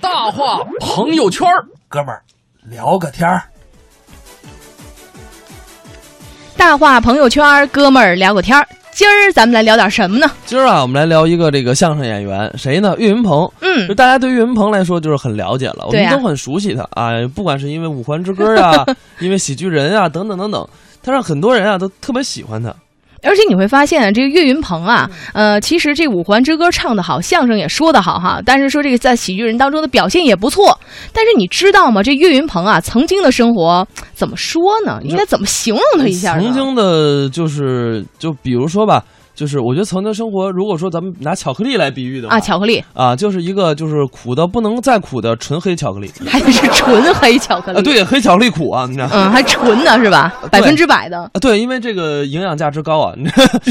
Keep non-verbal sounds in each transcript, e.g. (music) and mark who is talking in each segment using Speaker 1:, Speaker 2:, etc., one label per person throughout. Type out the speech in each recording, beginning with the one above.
Speaker 1: 大话朋友圈儿
Speaker 2: 哥们儿聊个天儿。
Speaker 3: 大话朋友圈儿，哥们儿聊个天儿。今儿咱们来聊点什么呢？
Speaker 4: 今儿啊，我们来聊一个这个相声演员，谁呢？岳云鹏。
Speaker 3: 嗯
Speaker 4: 就，大家对岳云鹏来说就是很了解了，我
Speaker 3: 对
Speaker 4: 们
Speaker 3: 啊
Speaker 4: 都很熟悉他啊、不管是因为《五环之歌》
Speaker 3: (laughs)
Speaker 4: 啊，因为《喜剧人啊》等等等等，他让很多人啊都特别喜欢他。
Speaker 3: 而且你会发现，这个岳云鹏啊，
Speaker 4: 嗯
Speaker 3: 呃，其实这《五环之歌》唱得好，相声也说得好哈，但是说这个在喜剧人当中的表现也不错。但是你知道吗？这岳云鹏啊，曾经的生活怎么说呢？应该怎么形容他一下呢？
Speaker 4: 嗯曾经的，就是就比如说吧，就是我觉得曾经生活，如果说咱们拿巧克力来比喻的话
Speaker 3: 啊，巧克力
Speaker 4: 啊就是一个就是苦到不能再苦的纯黑巧克力
Speaker 3: 还得是纯黑巧克力，
Speaker 4: 啊，，对，黑巧克力苦啊，你知道。
Speaker 3: 嗯，还纯的是
Speaker 4: (laughs)
Speaker 3: 吧？百分之百的。
Speaker 4: 啊，对，因为这个营养价值高啊，你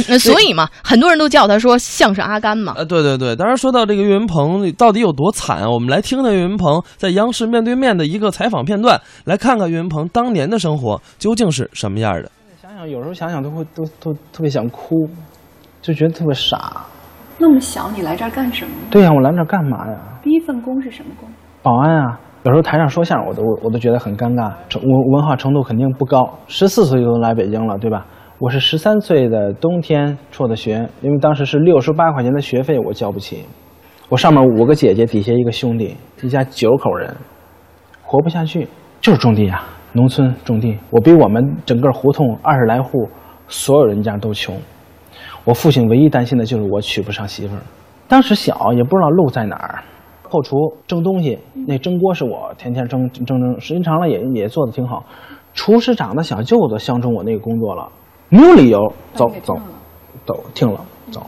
Speaker 3: 那所以嘛，很多人都叫他说相声阿甘嘛。
Speaker 4: 啊，对对对，当然说到这个岳云鹏到底有多惨啊，我们来听听岳云鹏在央视面对面的一个采访片段，来看看岳云鹏当年的生活究竟是什么样的。
Speaker 5: 想哎想有时候想想都会都都特别想哭，就觉得特别傻。
Speaker 6: 那么小，你来这儿干什么？
Speaker 5: 对呀、我来这儿干嘛呀？
Speaker 6: 第一份工是什么工？
Speaker 5: 保安啊，有时候台上说相声，我都我都觉得很尴尬。程我文化程度肯定不高，十四岁就来北京了，对吧？我是十三岁的冬天辍的学，因为当时是六十八块钱的学费，我交不起。我上面五个姐姐，底下一个兄弟，一家九口人，活不下去，就是种地啊，农村种地。我比我们整个胡同二十来户所有人家都穷。我父亲唯一担心的就是我娶不上媳妇儿。当时小也不知道路在哪儿，后厨蒸东西，那蒸锅是我天天蒸蒸蒸，时间长了也也做的挺好。厨师长的小舅子相中我那个工作了，没有理由走
Speaker 6: 把你给
Speaker 5: 走
Speaker 6: 弄了嗯
Speaker 5: 走听了走，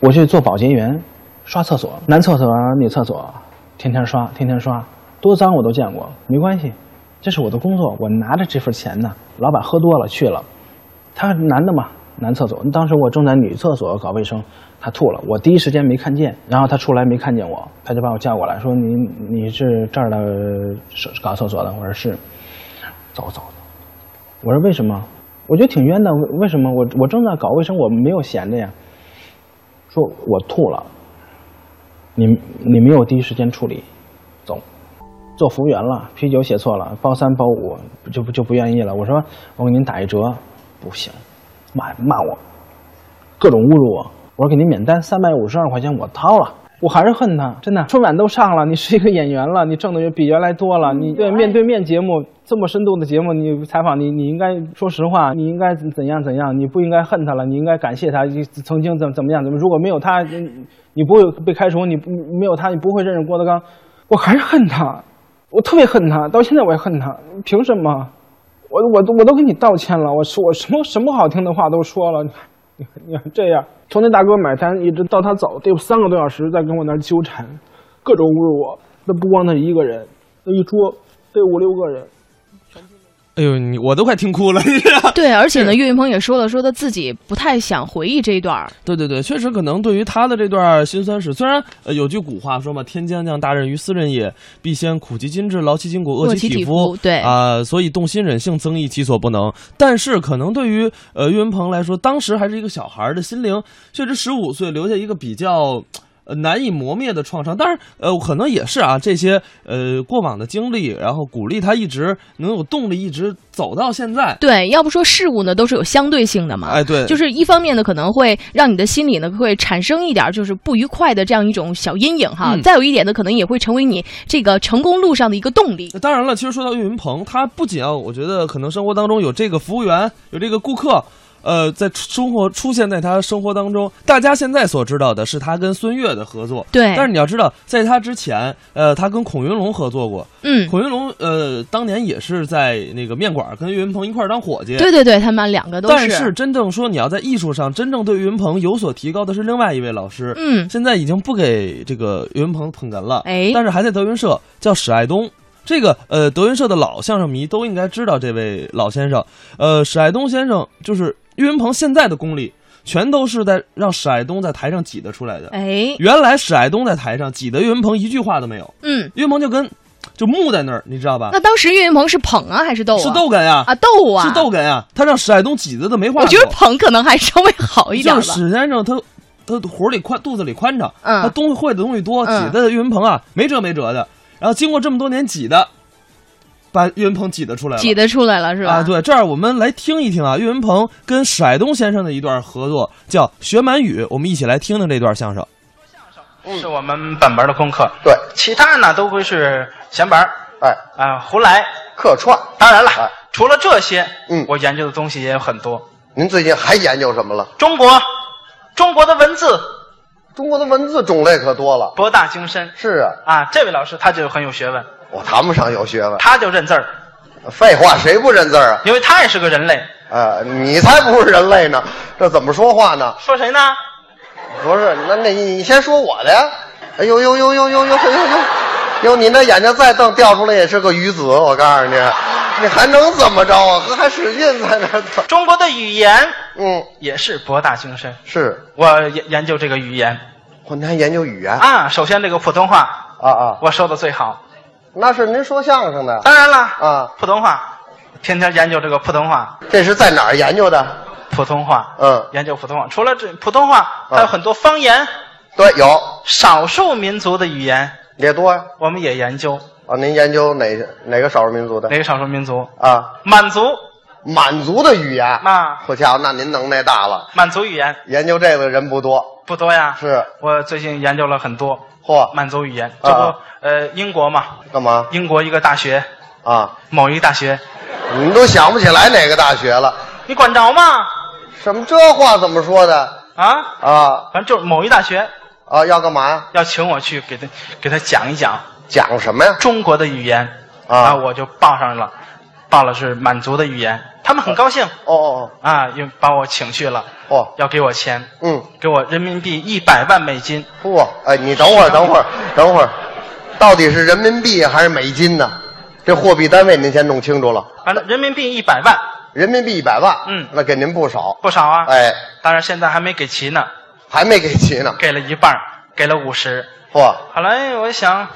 Speaker 5: 我去做保洁员，刷厕所，男厕所女厕所，天天刷天天刷，多脏我都见过，没关系，这是我的工作，我拿着这份钱呢。老板喝多了去了，他男的嘛，男厕所。当时我正在女厕所搞卫生，他吐了，我第一时间没看见，然后他出来没看见我，他就把我叫过来说：“你你是这儿的是搞厕所的？”我说：“是。”走走走，我说：“为什么？”我觉得挺冤的，为为什么我我正在搞卫生，我没有闲着呀。说我吐了，你你没有第一时间处理，走。做服务员了，啤酒写错了，包三包五就不就不愿意了。我说我给您打一折，不行，骂骂我，各种侮辱我。我说给您免单，三百五十二块钱我掏了。我还是恨他，真的，春晚都上了，你是一个演员了，你挣的也比原来多了。你对面对面节目这么深度的节目，你采访你，你应该说实话，你应该怎样怎样，你不应该恨他了，你应该感谢他，你曾经怎么怎么样怎么。如果没有他，你你不会被开除，你不没有他，你不会认识郭德纲。我还是恨他，我特别恨他，到现在我也恨他，凭什么？我我都我都跟你道歉了，我说我什么什么好听的话都说了，你还你还你还这样，从那大哥买单一直到他走，得有三个多小时在跟我那儿纠缠，各种侮辱我。那不光他一个人，那一桌得五六个人。
Speaker 4: 哎呦，你我都快听哭了，你知道？
Speaker 3: 对，而且呢，岳云鹏也说了，说他自己不太想回忆这一段儿。
Speaker 4: 对对对，确实可能对于他的这段辛酸史，虽然呃有句古话说嘛，“天将降大任于斯人也，必先苦其心志，劳其筋骨，饿
Speaker 3: 饿
Speaker 4: 其
Speaker 3: 其
Speaker 4: 体
Speaker 3: 体
Speaker 4: 肤”
Speaker 3: 肤对
Speaker 4: 啊、 (laughs) 所以动心忍性，增益其所不能。但是可能对于呃岳云鹏来说，当时还是一个小孩儿的心灵，确实十五岁留下一个比较。呃，难以磨灭的创伤，当然，呃，可能也是啊，这些呃过往的经历，然后鼓励他一直能有动力，一直走到现在。
Speaker 3: 对，要不说事物呢都是有相对性的嘛。
Speaker 4: 哎，对，
Speaker 3: 就是一方面呢，可能会让你的心里呢会产生一点儿就是不愉快的这样一种小阴影哈。
Speaker 4: 嗯
Speaker 3: 再有一点呢，可能也会成为你这个成功路上的一个动力。
Speaker 4: 那当然了，其实说到岳云鹏，他不仅要，我觉得可能生活当中有这个服务员，有这个顾客，呃，在生活出现在他生活当中。大家现在所知道的是他跟孙越的合作，
Speaker 3: 对
Speaker 4: 但是你要知道，在他之前，呃，他跟孔云龙合作过，
Speaker 3: 嗯，
Speaker 4: 孔云龙呃，当年也是在那个面馆跟岳云鹏一块儿当伙计。
Speaker 3: 对对对，他们两个都
Speaker 4: 但是真正说你要在艺术上真正对岳云鹏有所提高的是另外一位老师，
Speaker 3: 嗯
Speaker 4: 现在已经不给这个岳云鹏捧哏了，
Speaker 3: 哎
Speaker 4: 但是还在德云社叫史爱东。这个呃，德云社的老相声迷都应该知道这位老先生。呃，史爱东先生就是岳云鹏现在的功力，全都是在让史爱东在台上挤得出来的。
Speaker 3: 哎
Speaker 4: 原来史爱东在台上挤得岳云鹏一句话都没有，
Speaker 3: 嗯，
Speaker 4: 岳云鹏就跟就木在那儿，你知道吧？
Speaker 3: 那当时岳云鹏是捧啊还是逗啊？
Speaker 4: 啊是逗哏呀，
Speaker 3: 啊，逗啊，
Speaker 4: 是逗。哏呀，他让史爱东挤得都没话说。
Speaker 3: 我觉得捧可能还稍微好一点
Speaker 4: 就
Speaker 3: 吧。
Speaker 4: 是史先生他他活里宽，肚子里宽敞，
Speaker 3: 嗯
Speaker 4: 他东西会的东西多，
Speaker 3: 嗯
Speaker 4: 挤得岳云鹏啊没辙没辙的。然后经过这么多年挤的，把岳云鹏挤得出来了。
Speaker 3: 挤得出来了是吧？
Speaker 4: 啊，对，这儿我们来听一听啊，岳云鹏跟甩东先生的一段合作，叫《学满语》，我们一起来听听这段相声。
Speaker 7: 嗯
Speaker 8: 是我们本班的功课。
Speaker 7: 对，
Speaker 8: 其他呢都会是闲班儿
Speaker 7: 哎，
Speaker 8: 啊、胡来。
Speaker 7: 客串。
Speaker 8: 当然了，
Speaker 7: 哎
Speaker 8: 除了这些，
Speaker 7: 嗯
Speaker 8: 我研究的东西也有很多。
Speaker 7: 您最近还研究什么了？
Speaker 8: 中国，中国的文字
Speaker 7: 中国的文字种类可多了。
Speaker 8: 博大精深
Speaker 7: 是啊，
Speaker 8: 啊。这位老师他就很有学问，
Speaker 7: 我谈不上有学问。
Speaker 8: 他就认字儿，
Speaker 7: 废话，谁不认字儿啊？
Speaker 8: 因为他也是个人类。
Speaker 7: 呃，你才不是人类呢！这怎么说话呢？
Speaker 8: 说谁呢？
Speaker 7: 不是，那那你你先说我的呀。哎呦呦呦呦呦呦呦呦呦！哟，你那眼睛再瞪，掉出来也是个鱼子，我告诉你，你还能怎么着啊？还使劲在那儿瞪。
Speaker 8: 中国的语言
Speaker 7: 嗯，
Speaker 8: 也是博大精深。
Speaker 7: 是，
Speaker 8: 我研研究这个语言
Speaker 7: 我你还研究语言啊
Speaker 8: 啊，首先这个普通话
Speaker 7: 啊啊？
Speaker 8: 我说的最好。
Speaker 7: 那是您说相声的
Speaker 8: 当然了，
Speaker 7: 啊？
Speaker 8: 普通话，天天研究这个普通话，
Speaker 7: 这是在哪儿研究的？
Speaker 8: 普通话，
Speaker 7: 嗯，
Speaker 8: 研究普通话。除了这普通话，还有很多方言，
Speaker 7: 对，有
Speaker 8: 少数民族的语言
Speaker 7: 也多呀。
Speaker 8: 我们也研究。
Speaker 7: 啊，您研究哪哪个少数民族的
Speaker 8: 哪？个少数民族？
Speaker 7: 啊，
Speaker 8: 满族
Speaker 7: 满族的语言。
Speaker 8: 啊，
Speaker 7: 好家伙，那您能耐大了，
Speaker 8: 满族语言
Speaker 7: 研究这个人不多。
Speaker 8: 不多呀。
Speaker 7: 是，
Speaker 8: 我最近研究了很多
Speaker 7: 嚯，
Speaker 8: 满族语言。这不，呃，英国嘛，
Speaker 7: 干嘛
Speaker 8: 英国一个大学，
Speaker 7: 啊？
Speaker 8: 某一大学，
Speaker 7: 你们都想不起来哪个大学了？
Speaker 8: 你管着吗？
Speaker 7: 什么这话怎么说的？
Speaker 8: 啊，
Speaker 7: 啊
Speaker 8: 反正就是某一大学
Speaker 7: 啊，要干嘛呀？
Speaker 8: 要请我去给他给他讲一讲
Speaker 7: 讲什么呀？
Speaker 8: 中国的语言
Speaker 7: 啊
Speaker 8: 然后我就报上了，报了是满族的语言，他们很高兴
Speaker 7: 哦哦
Speaker 8: 啊，又把我请去了，
Speaker 7: 哦，哦，
Speaker 8: 要给我钱，
Speaker 7: 嗯，
Speaker 8: 给我人民币一百万美金，
Speaker 7: 嚯，哎，你等会儿，等会儿，等会儿，到底是人民币还是美金呢？这货币单位您先弄清楚了，
Speaker 8: 反正人民币一百万
Speaker 7: 人民币一百万，
Speaker 8: 嗯
Speaker 7: 那给您不少，
Speaker 8: 不少啊。
Speaker 7: 哎，
Speaker 8: 当然现在还没给齐呢，
Speaker 7: 还没给齐呢，
Speaker 8: 给了一半儿，给了五十。
Speaker 7: 嚯，
Speaker 8: 后来我想，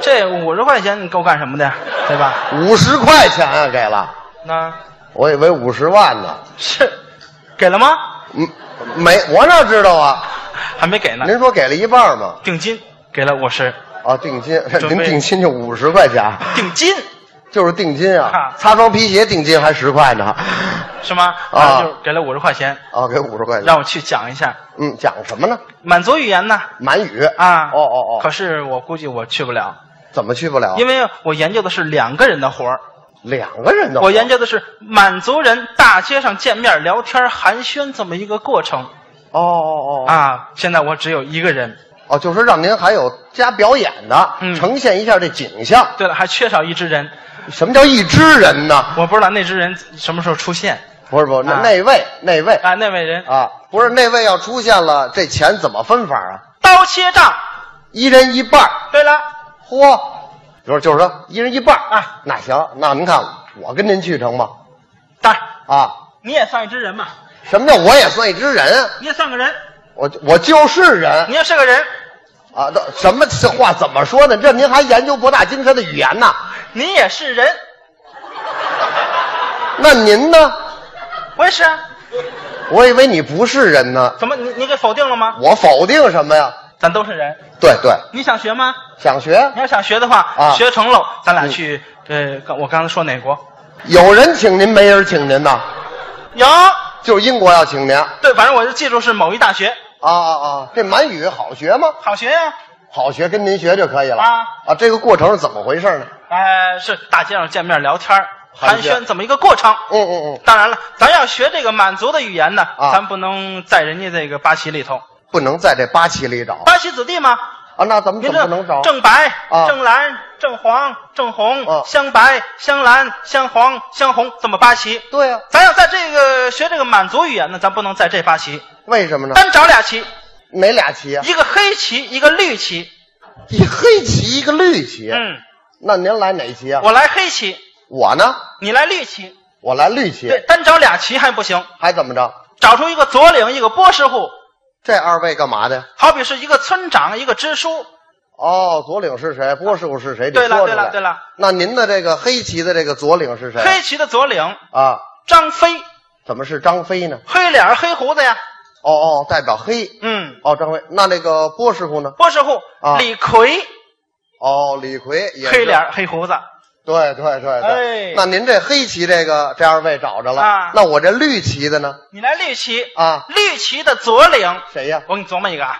Speaker 8: 这五十块钱你够干什么的呀？对吧？
Speaker 7: 五十块钱啊，给了，
Speaker 8: 那
Speaker 7: 我以为五十万呢。
Speaker 8: 是给了吗？
Speaker 7: 嗯，没，我哪知道啊？
Speaker 8: 还没给呢。
Speaker 7: 您说给了一半吗？
Speaker 8: 定金给了五十，
Speaker 7: 啊，定金，
Speaker 8: 准备
Speaker 7: 您定金就五十块钱，啊
Speaker 8: 定金
Speaker 7: 就是定金啊
Speaker 8: 啊。
Speaker 7: 擦双皮鞋定金还十块呢，
Speaker 8: 是吗？然后就给了五十块钱，
Speaker 7: 啊，给五十块钱。
Speaker 8: 让我去讲一下
Speaker 7: 嗯，讲什么呢？
Speaker 8: 满族语言呢。
Speaker 7: 满语
Speaker 8: 啊，
Speaker 7: 哦哦
Speaker 8: 可
Speaker 7: 哦，
Speaker 8: 是我估计我去不了，
Speaker 7: 怎么去不了？啊
Speaker 8: 因为我研究的是两个人的活儿，
Speaker 7: 两个人的，
Speaker 8: 我研究的是满族人大街上见面聊天寒暄这么一个过程
Speaker 7: 哦哦哦哦
Speaker 8: 啊。现在我只有一个人，
Speaker 7: 哦，就是让您还有加表演的，
Speaker 8: 嗯
Speaker 7: 呈现一下这景象。
Speaker 8: 对了，还缺少一只人，
Speaker 7: 什么叫一只人呢？
Speaker 8: 我不知道那只人什么时候出现
Speaker 7: 不是不是，那
Speaker 8: 啊
Speaker 7: 那位那位
Speaker 8: 啊。那位人
Speaker 7: 啊，不是那位要出现了，这钱怎么分法啊？
Speaker 8: 刀切账。
Speaker 7: 一人一半儿，
Speaker 8: 对了，
Speaker 7: 嚯！比如就是说一人一半儿
Speaker 8: 啊，
Speaker 7: 那行，那您看我跟您去成吗？
Speaker 8: 大儿
Speaker 7: 啊，
Speaker 8: 你也算一只人嘛，
Speaker 7: 什么叫我也算一只人啊？
Speaker 8: 你也算个人，
Speaker 7: 我我就是人
Speaker 8: 你要是个人，
Speaker 7: 啊！都什么这话怎么说呢？这您还研究博大精深的语言呢？
Speaker 8: 你也是人，
Speaker 7: 那您呢？
Speaker 8: 我也是啊。
Speaker 7: 我以为你不是人呢，
Speaker 8: 怎么你你给否定了吗？
Speaker 7: 我否定什么呀？
Speaker 8: 咱都是人，
Speaker 7: 对对，
Speaker 8: 你想学吗？
Speaker 7: 想学
Speaker 8: 你，要想学的话，
Speaker 7: 啊
Speaker 8: 学成了，咱俩去。呃，刚我刚才说哪国？
Speaker 7: 有人请您，没人请您呐，
Speaker 8: 有，
Speaker 7: 就是英国要请您啊
Speaker 8: 对，反正我就记住是某一大学，
Speaker 7: 啊啊！这满语好学吗？
Speaker 8: 好学呀、
Speaker 7: 好学，跟您学就可以了
Speaker 8: 啊
Speaker 7: 啊！这个过程是怎么回事呢？
Speaker 8: 哎，是大街上见面聊天儿
Speaker 7: 寒
Speaker 8: 寒
Speaker 7: 暄
Speaker 8: 暄这么一个过程。
Speaker 7: 嗯嗯嗯，
Speaker 8: 当然了，咱要学这个满族的语言呢，
Speaker 7: 啊哦
Speaker 8: 咱不能在人家这个八旗里头，
Speaker 7: 不能在这八旗里找
Speaker 8: 八旗子弟嘛，
Speaker 7: 啊，那咱们
Speaker 8: 您
Speaker 7: 怎
Speaker 8: 这
Speaker 7: 么能找？
Speaker 8: 正白、
Speaker 7: 啊
Speaker 8: 正蓝、正黄、正红、
Speaker 7: 啊
Speaker 8: 镶白、镶蓝、镶黄、镶红这么八旗。
Speaker 7: 对啊呀、
Speaker 8: 咱要在这个学这个满族语言呢，咱不能在这八旗，
Speaker 7: 为什么呢？
Speaker 8: 单找俩旗，
Speaker 7: 哪俩旗啊？
Speaker 8: 一个黑旗，一个绿旗。
Speaker 7: 一黑旗，一个绿旗。啊
Speaker 8: 嗯，
Speaker 7: 那您来哪旗啊？
Speaker 8: 我来黑旗，
Speaker 7: 我呢？
Speaker 8: 你来绿旗。
Speaker 7: 我来绿旗。
Speaker 8: 对，单找俩旗还不行，
Speaker 7: 还怎么着？
Speaker 8: 找出一个左领，一个波什户，
Speaker 7: 这二位干嘛的？
Speaker 8: 好比是一个村长，一个支书。
Speaker 7: 哦，左领是谁？波师傅是谁？
Speaker 8: 对
Speaker 7: 得
Speaker 8: 了
Speaker 7: 说出来
Speaker 8: 对了对了。
Speaker 7: 那您的这个黑旗的这个左领是谁？
Speaker 8: 黑旗的左领
Speaker 7: 啊，
Speaker 8: 张飞，
Speaker 7: 怎么是张飞呢？
Speaker 8: 黑脸儿黑胡子呀。
Speaker 7: 哦哦，代表黑。
Speaker 8: 嗯，
Speaker 7: 哦，张飞。那那个波师傅呢？
Speaker 8: 波什户
Speaker 7: 啊
Speaker 8: 李逵，
Speaker 7: 哦，李逵也是
Speaker 8: 黑脸儿黑胡子，
Speaker 7: 对对对对。
Speaker 8: 哎
Speaker 7: 那您这黑棋这个这二位找着了，
Speaker 8: 啊
Speaker 7: 那我这绿棋的呢？
Speaker 8: 你来绿旗
Speaker 7: 啊
Speaker 8: 绿旗的左领，
Speaker 7: 谁呀？
Speaker 8: 我给你琢磨一个啊，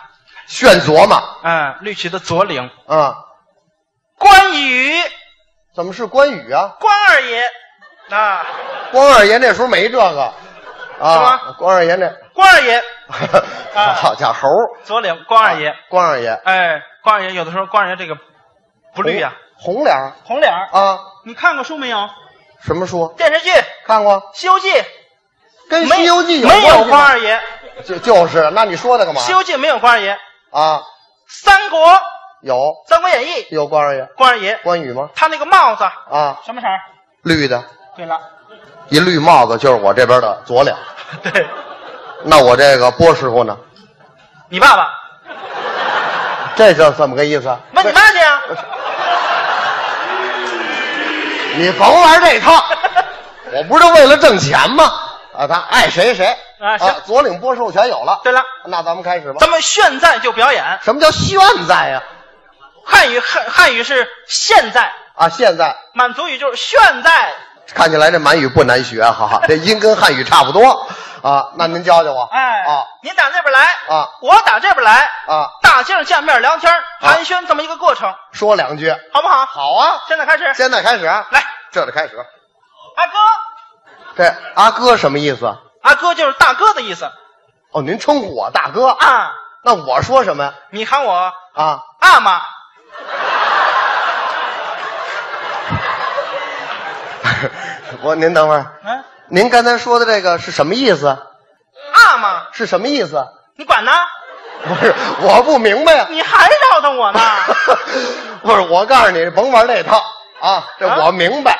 Speaker 7: 炫琢磨
Speaker 8: 嗯，绿旗的左领，
Speaker 7: 啊？
Speaker 8: 关羽，
Speaker 7: 怎么是关羽啊？
Speaker 8: 关二爷，啊，
Speaker 7: 关二爷那时候没这个，
Speaker 8: 是
Speaker 7: 啊
Speaker 8: 吗，
Speaker 7: 关二爷那，
Speaker 8: 关二爷啊
Speaker 7: (laughs) 好家伙，猴儿
Speaker 8: 左领关二爷，
Speaker 7: 关二爷
Speaker 8: 哎，关二爷有的时候关二爷这个不
Speaker 7: 不
Speaker 8: 绿啊呀、
Speaker 7: 红红脸儿
Speaker 8: 红脸儿，
Speaker 7: 啊，
Speaker 8: 你看过书没有？
Speaker 7: 什么书？
Speaker 8: 电视剧《
Speaker 7: 看过，
Speaker 8: 西游记》
Speaker 7: 跟《
Speaker 8: 没
Speaker 7: 西游记》
Speaker 8: 没有
Speaker 7: 有
Speaker 8: 关
Speaker 7: 关
Speaker 8: 二爷，
Speaker 7: 系吗？就就是，那你说它干嘛
Speaker 8: 《
Speaker 7: 呀？
Speaker 8: 西游记》没有关二爷，《
Speaker 7: 啊，
Speaker 8: 三国》《
Speaker 7: 有
Speaker 8: 三国演义》
Speaker 7: 有关二爷，
Speaker 8: 关二爷，
Speaker 7: 关羽吗？
Speaker 8: 他那个帽子
Speaker 7: 啊，
Speaker 8: 什么色儿？
Speaker 7: 绿的，
Speaker 8: 对了，
Speaker 7: 一绿帽子就是我这边的左脸。
Speaker 8: (laughs) 对，
Speaker 7: 那我这个波师傅呢？
Speaker 8: 你爸爸
Speaker 7: 这是怎么个意思啊？
Speaker 8: 问你妈去呀、
Speaker 7: 你甭玩这
Speaker 8: (laughs)
Speaker 7: 套，我不是为了挣钱吗？啊，咱爱谁谁
Speaker 8: 啊行
Speaker 7: 左领波授权有了，
Speaker 8: 对了，
Speaker 7: 那咱们开始吧
Speaker 8: 咱。们现在就表演
Speaker 7: 什么叫现在呀？
Speaker 8: 汉语，汉汉语是现在，
Speaker 7: 啊，现在
Speaker 8: 满族语就是现在。
Speaker 7: 看起来这满语不难学，啊哈哈，这音跟汉语差不多啊。那您教教我，
Speaker 8: 哎，
Speaker 7: 啊
Speaker 8: 您打那边来
Speaker 7: 啊
Speaker 8: 我打这边来
Speaker 7: 啊，
Speaker 8: 大街上见面聊天，寒暄这么一个过程，
Speaker 7: 说两句。
Speaker 8: 好不好？
Speaker 7: 好啊，
Speaker 8: 现在开始，
Speaker 7: 现在开始啊，
Speaker 8: 来，
Speaker 7: 这就开始。
Speaker 8: 阿哥，
Speaker 7: 这阿哥什么意思？啊
Speaker 8: 阿哥就是大哥的意思
Speaker 7: 哦，您称呼我大哥，
Speaker 8: 啊。
Speaker 7: 那我说什么呀？
Speaker 8: 你喊我
Speaker 7: 啊，
Speaker 8: 阿妈，
Speaker 7: (laughs) 我您等会儿，
Speaker 8: 嗯，
Speaker 7: 您刚才说的这个是什么意思？
Speaker 8: 阿妈，
Speaker 7: 是什么意思？
Speaker 8: 你管呢？
Speaker 7: 不是，我不明白呀、啊
Speaker 8: 你还绕
Speaker 7: (laughs)
Speaker 8: 腾我呢？
Speaker 7: 不是，我告诉你，甭玩这套啊！这
Speaker 8: 啊
Speaker 7: 我明白，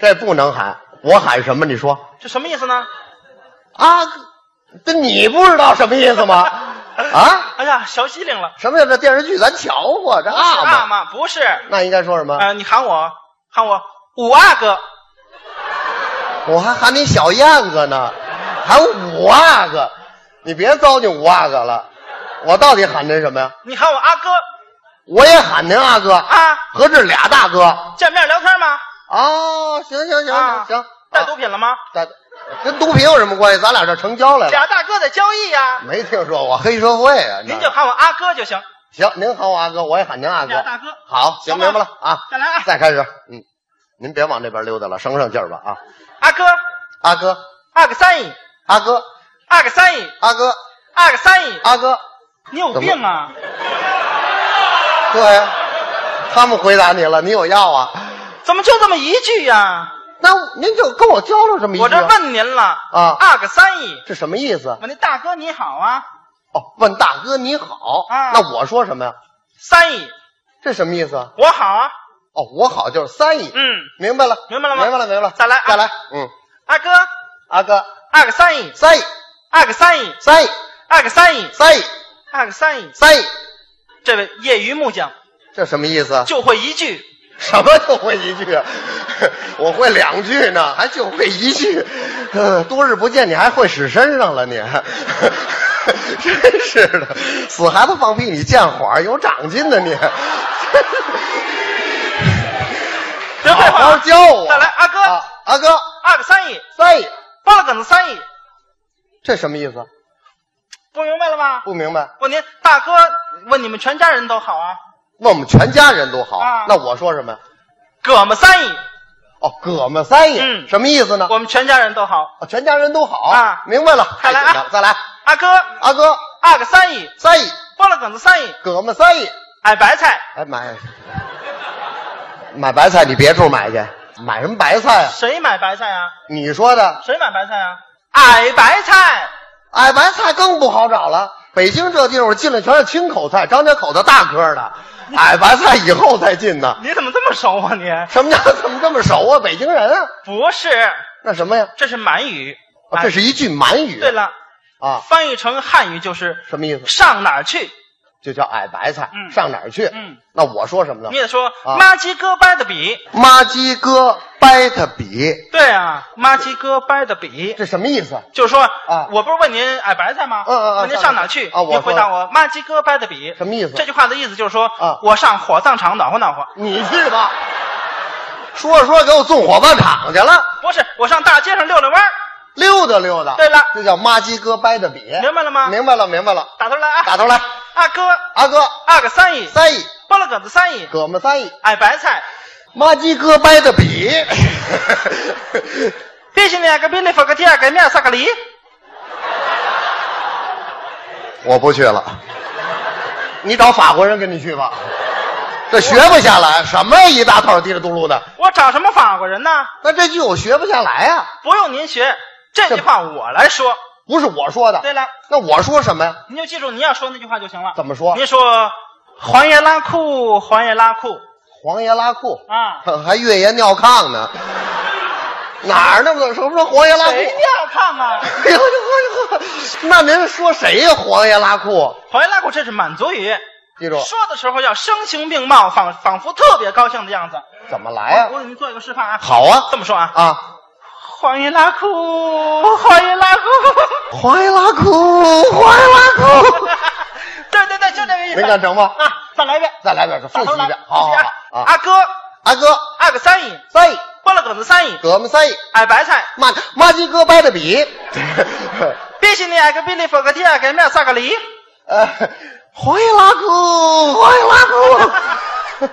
Speaker 7: 这不能喊。我喊什么？你说
Speaker 8: 这什么意思呢？
Speaker 7: 啊？这你不知道什么意思 (laughs) 吗？啊？
Speaker 8: 哎呀，小机灵了，
Speaker 7: 什么叫这电视剧？咱瞧过这
Speaker 8: 不是阿
Speaker 7: 啊哎嘛？
Speaker 8: 妈，不是，
Speaker 7: 那应该说什么？
Speaker 8: 呃，你喊我喊我五阿哥，
Speaker 7: 我还喊你小燕子呢，还五阿哥，你别糟践五阿哥了。我到底喊您什么呀？
Speaker 8: 你喊我阿哥
Speaker 7: 我也喊您阿哥，
Speaker 8: 啊。
Speaker 7: 合着俩大哥。
Speaker 8: 见面聊天吗？
Speaker 7: 哦，行行行
Speaker 8: 啊
Speaker 7: 行行，
Speaker 8: 带
Speaker 7: 啊
Speaker 8: 毒品了吗？
Speaker 7: 大哥跟毒品有什么关系？咱俩这成交来了，
Speaker 8: 俩大哥在交易呀，
Speaker 7: 没听说过黑社会啊？
Speaker 8: 您
Speaker 7: 那
Speaker 8: 就喊我阿哥就行。
Speaker 7: 行，您喊我啊阿哥，我也喊您阿
Speaker 8: 俩
Speaker 7: 哥。
Speaker 8: 大哥，
Speaker 7: 好，行，
Speaker 8: 好吧
Speaker 7: 明白了啊。
Speaker 8: 再来啊，
Speaker 7: 再开始，嗯，您别往这边溜达了，省省劲儿吧啊。
Speaker 8: 阿哥，
Speaker 7: 阿哥，
Speaker 8: 阿个三姨，
Speaker 7: 阿哥，
Speaker 8: 阿个三姨，
Speaker 7: 阿哥，
Speaker 8: 阿个三姨，
Speaker 7: 阿哥，
Speaker 8: 你有病啊？
Speaker 7: (laughs) 对呀，他们回答你了，你有药啊？
Speaker 8: 怎么就这么一句呀？
Speaker 7: 那您就跟我交流这么一句。
Speaker 8: 我这问您了
Speaker 7: 啊
Speaker 8: 阿个三姨，
Speaker 7: 这什么意思？
Speaker 8: 我那大哥你好啊，
Speaker 7: 哦，问大哥你好，
Speaker 8: 啊
Speaker 7: 那我说什么呀？
Speaker 8: 三姨
Speaker 7: 这什么意思？啊？
Speaker 8: 我好啊，
Speaker 7: 哦，我好就是三姨。
Speaker 8: 嗯，
Speaker 7: 明白了，
Speaker 8: 明白了吗
Speaker 7: 明白了，明白了。
Speaker 8: 再来啊
Speaker 7: 再来，嗯，
Speaker 8: 阿哥，
Speaker 7: 阿哥，
Speaker 8: 阿个三姨，
Speaker 7: 三姨，
Speaker 8: 阿个三姨，
Speaker 7: 三姨，
Speaker 8: 阿个三姨，
Speaker 7: 三姨，
Speaker 8: 阿个三姨，
Speaker 7: 三姨，
Speaker 8: 这位业余木匠
Speaker 7: 这什么意思？啊
Speaker 8: 就会一句，
Speaker 7: 什么就会一句啊？ (laughs) 我会两句呢，还就会一句。 (laughs) 呃，多日不见，你还会使身上了你？ (laughs) 真是的，死孩子放屁，你见火儿有长进呢你。好
Speaker 8: 别废话
Speaker 7: 好
Speaker 8: 啊，
Speaker 7: 教我。
Speaker 8: 再来阿哥
Speaker 7: 啊阿哥，
Speaker 8: 阿个三姨，
Speaker 7: 三姨，
Speaker 8: 八了梗子三姨，
Speaker 7: 这什么意思？
Speaker 8: 不明白了吧？
Speaker 7: 不明白。
Speaker 8: 问您大哥，问你们全家人都好啊，
Speaker 7: 问我们全家人都好，
Speaker 8: 啊
Speaker 7: 那我说什么呀？
Speaker 8: 哥们三姨，
Speaker 7: 哦，哥们三姨，
Speaker 8: 嗯
Speaker 7: 什么意思呢？
Speaker 8: 我们全家人都好。
Speaker 7: 哦全家人都好
Speaker 8: 啊
Speaker 7: 明白了。
Speaker 8: 再来啊
Speaker 7: 太简单 (laughs) 了再来，
Speaker 8: 阿哥，
Speaker 7: 阿哥，
Speaker 8: 阿个三姨，
Speaker 7: 三姨，
Speaker 8: 包了梗子三姨，
Speaker 7: 哥们三姨，
Speaker 8: 矮白菜，
Speaker 7: 哎买买白菜，你别处买去，买什么白菜啊？
Speaker 8: 谁买白菜啊？
Speaker 7: 你说的，
Speaker 8: 谁买白菜啊？矮白菜，
Speaker 7: 哎，白菜更不好找了。北京这地方进来全是青口菜，张家口的大颗的，哎，白菜以后才进的。
Speaker 8: 你怎么这么熟啊你？
Speaker 7: 什么叫怎么这么熟啊？北京人啊？
Speaker 8: 不是，
Speaker 7: 那什么呀？
Speaker 8: 这是满语。
Speaker 7: 啊这是一句满语。
Speaker 8: 对了，
Speaker 7: 啊，
Speaker 8: 翻译成汉语就是
Speaker 7: 什么意思？
Speaker 8: 上哪儿去？
Speaker 7: 就叫矮白菜，
Speaker 8: 嗯
Speaker 7: 上哪儿去？
Speaker 8: 嗯，
Speaker 7: 那我说什么呢
Speaker 8: 你？也说
Speaker 7: 啊
Speaker 8: 妈鸡哥掰的笔，
Speaker 7: 妈鸡哥掰的笔，
Speaker 8: 对啊，妈鸡哥掰的笔，
Speaker 7: 这什么意思？
Speaker 8: 就是说
Speaker 7: 啊
Speaker 8: 我不是问您矮白菜吗？
Speaker 7: 嗯嗯嗯
Speaker 8: 问您上哪儿去？
Speaker 7: 啊我
Speaker 8: 您
Speaker 7: 说
Speaker 8: 回答我妈鸡哥掰的笔，
Speaker 7: 什么意思
Speaker 8: 这句话的意思就是说，
Speaker 7: 啊
Speaker 8: 我上火葬场暖和暖和，
Speaker 7: 你去吧。说着说着给我纵火葬场去了，
Speaker 8: 不是我上大街上溜溜弯儿，
Speaker 7: 溜达溜达。
Speaker 8: 对了
Speaker 7: 这叫妈鸡哥掰的笔。
Speaker 8: 明白了吗？
Speaker 7: 明白了，明白了。
Speaker 8: 打头来啊，
Speaker 7: 打头来，
Speaker 8: 啊哥，
Speaker 7: 阿哥，
Speaker 8: 啊个三姨，
Speaker 7: 三姨，
Speaker 8: 拨了个子三姨，
Speaker 7: 哥们三姨，
Speaker 8: 矮白菜，
Speaker 7: 妈鸡哥掰的
Speaker 8: (laughs)
Speaker 7: 笔。
Speaker 8: 别心两个宾利佛个第二个面萨个梨，
Speaker 7: 我不去了，你找法国人跟你去吧，这学不下来，什么呀一大套滴里嘟噜的，
Speaker 8: 我找什么法国人呢？
Speaker 7: 那这句我学不下来啊，
Speaker 8: 不用您学，这句话我来说。
Speaker 7: 不是我说的。
Speaker 8: 对了，
Speaker 7: 那我说什么呀？
Speaker 8: 您就记住您要说那句话就行了。
Speaker 7: 怎么说
Speaker 8: 您说黄爷拉裤，黄爷拉裤
Speaker 7: 黄爷拉裤，
Speaker 8: 啊，
Speaker 7: (laughs) 还越爷尿炕
Speaker 8: (laughs)
Speaker 7: 呢，哪儿那么多什么说黄爷拉裤？
Speaker 8: 谁尿炕啊？
Speaker 7: (laughs) 哎呦呦呦呦！那您说谁呀？黄爷拉裤，
Speaker 8: 黄爷拉裤这是满族语，
Speaker 7: 记住
Speaker 8: 说的时候要声情并茂，仿仿佛特别高兴的样子。
Speaker 7: 怎么来哎呀、
Speaker 8: 我给您做一个示范啊。
Speaker 7: 好啊
Speaker 8: 这么说啊，
Speaker 7: 啊！
Speaker 8: 黄爷拉裤，黄爷拉裤，
Speaker 7: 黄爷拉裤，黄爷拉裤，
Speaker 8: (laughs) 对对对，就这个意思。
Speaker 7: 您敢整吗？
Speaker 8: 啊，再来一遍，
Speaker 7: 再来一遍，
Speaker 8: 打
Speaker 7: 复
Speaker 8: 头
Speaker 7: 习一
Speaker 8: 来
Speaker 7: 遍，，好好
Speaker 8: 复习
Speaker 7: 好
Speaker 8: 啊
Speaker 7: 啊！
Speaker 8: 哥，
Speaker 7: 阿哥，
Speaker 8: 二个三姨，
Speaker 7: 三姨，
Speaker 8: 拨了梗子三姨，
Speaker 7: 哥们三姨，
Speaker 8: 矮白菜，
Speaker 7: 妈妈鸡哥掰的笔，
Speaker 8: 必须你矮个比利佛个第二个面萨个梨。 (laughs)
Speaker 7: 呃，黄爷拉裤，黄爷拉
Speaker 8: (laughs)
Speaker 7: 裤，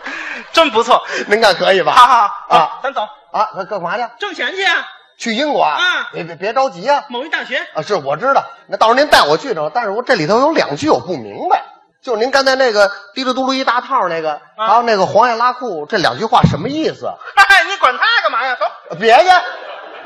Speaker 8: 真不错，
Speaker 7: 您看可以
Speaker 8: (laughs)
Speaker 7: 吧？
Speaker 8: 好好好
Speaker 7: 啊
Speaker 8: 咱走，
Speaker 7: 啊，干干嘛去？
Speaker 8: 挣钱去啊！
Speaker 7: 去英国啊？
Speaker 8: 啊
Speaker 7: 别别别着急啊！
Speaker 8: 某一大学，
Speaker 7: 啊，是我知道，那到时候您带我去着，但是我这里头有两句我不明白，就是您刚才那个滴哩嘟噜一大套那个，
Speaker 8: 啊
Speaker 7: 还有那个黄爷拉裤这两句话什么意思？
Speaker 8: (laughs)
Speaker 7: 呃
Speaker 8: 嗨，你管他干嘛呀？走，
Speaker 7: 别介，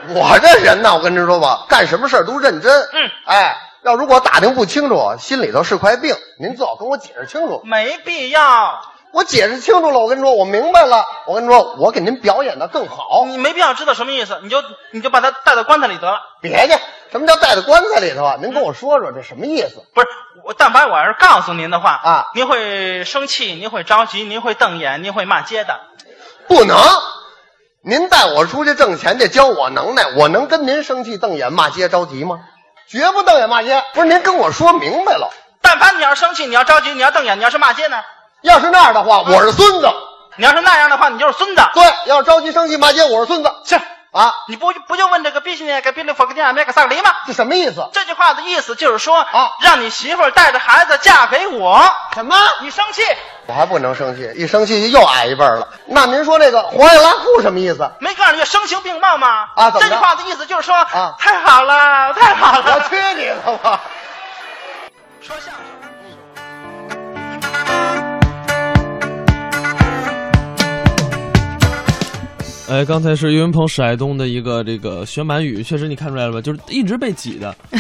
Speaker 7: 我这人呢，我跟您说吧，干什么事儿都认真。
Speaker 8: 嗯，
Speaker 7: 哎，要如果打听不清楚，心里头是块病。您最好跟我解释清楚。
Speaker 8: 没必要，
Speaker 7: 我解释清楚了，我跟您说，我明白了。我跟您说，我给您表演的更好。
Speaker 8: 你没必要知道什么意思，你就你就把他带到棺材里得了。
Speaker 7: 别介，什么叫带到棺材里头啊？您跟我说说这什么意思？
Speaker 8: 不是我，但凡我要是告诉您的话
Speaker 7: 啊
Speaker 8: 您会生气，您会着急，您会瞪眼，您会骂街的。
Speaker 7: 不能。您带我出去挣钱去，教我能耐，我能跟您生气、瞪眼、骂街、着急吗？绝不瞪眼骂街。不是您跟我说明白了，
Speaker 8: 但凡你要是生气，你要着急，你要瞪眼，你要是骂街呢，
Speaker 7: 要是那样的话，
Speaker 9: 嗯
Speaker 7: 我是孙子。
Speaker 8: 你要是那样的话，你就是孙子。
Speaker 7: 对，要是着急、生气、骂街，我是孙子。
Speaker 8: 是，
Speaker 7: 啊，
Speaker 8: 你不不就问这个必须那个比利佛格迪亚梅克萨格林吗？
Speaker 7: 这什么意思？
Speaker 8: 这句话的意思就是说
Speaker 7: 啊
Speaker 8: 让你媳妇儿带着孩子嫁给我。
Speaker 7: 什么？
Speaker 8: 你生气
Speaker 7: 我还不能生气，一生气又矮一辈儿了。那您说这个黄叶拉裤什
Speaker 9: (laughs)
Speaker 7: 么意思？
Speaker 8: 没告诉你声情并茂吗？
Speaker 7: 啊怎
Speaker 8: 这
Speaker 7: 么着
Speaker 8: 句话的意思就是说
Speaker 7: 啊
Speaker 8: 太好了，太好了。
Speaker 7: 我去你的吧！
Speaker 8: 说相声。
Speaker 4: 哎，刚才是岳云鹏、史海东的一个这个学满语，确实你看出来了吧？就是一直被挤的，
Speaker 3: (laughs)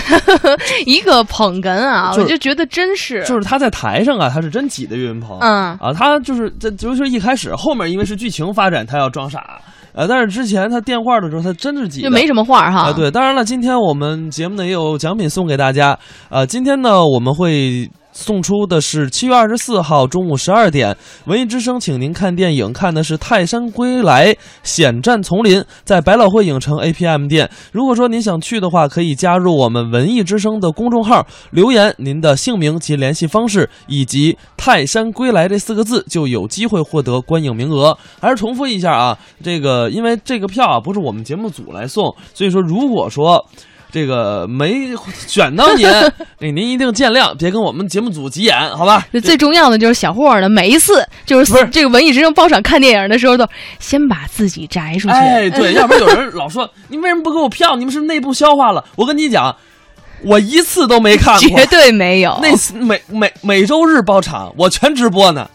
Speaker 3: 一个捧哏啊，
Speaker 4: 就是
Speaker 3: 我就觉得真是，
Speaker 4: 就是他在台上啊，他是真挤的岳云鹏。
Speaker 3: 嗯
Speaker 4: 啊，他就是这，就是一开始后面因为是剧情发展，他要装傻，呃，但是之前他电话的时候，他真是挤的，
Speaker 3: 就没什么话儿哈。
Speaker 4: 啊，对，当然了，今天我们节目呢也有奖品送给大家。呃，今天呢我们会。送出的是七月二十四号中午十二点，文艺之声，请您看电影，看的是《泰山归来》，险战丛林，在百老汇影城 APM 店。如果说您想去的话，可以加入我们文艺之声的公众号，留言您的姓名及联系方式，以及“泰山归来”这四个字，就有机会获得观影名额。还是重复一下啊，这个因为这个票啊不是我们节目组来送，所以说如果说。这个没选到您，这您一定见谅，别跟我们节目组急眼，好吧？
Speaker 3: 就最重要的就是小霍儿呢，每一次就是
Speaker 4: 不是
Speaker 3: 这个文艺之声包场看电影的时候，都先把自己摘出去。
Speaker 4: 哎，对，要不然有人老说你为什么不给我票？你们是不是内部消化了？我跟你讲，我一次都没看过
Speaker 3: 绝，对没有。
Speaker 4: 那次每每每周日包场，我全直播呢。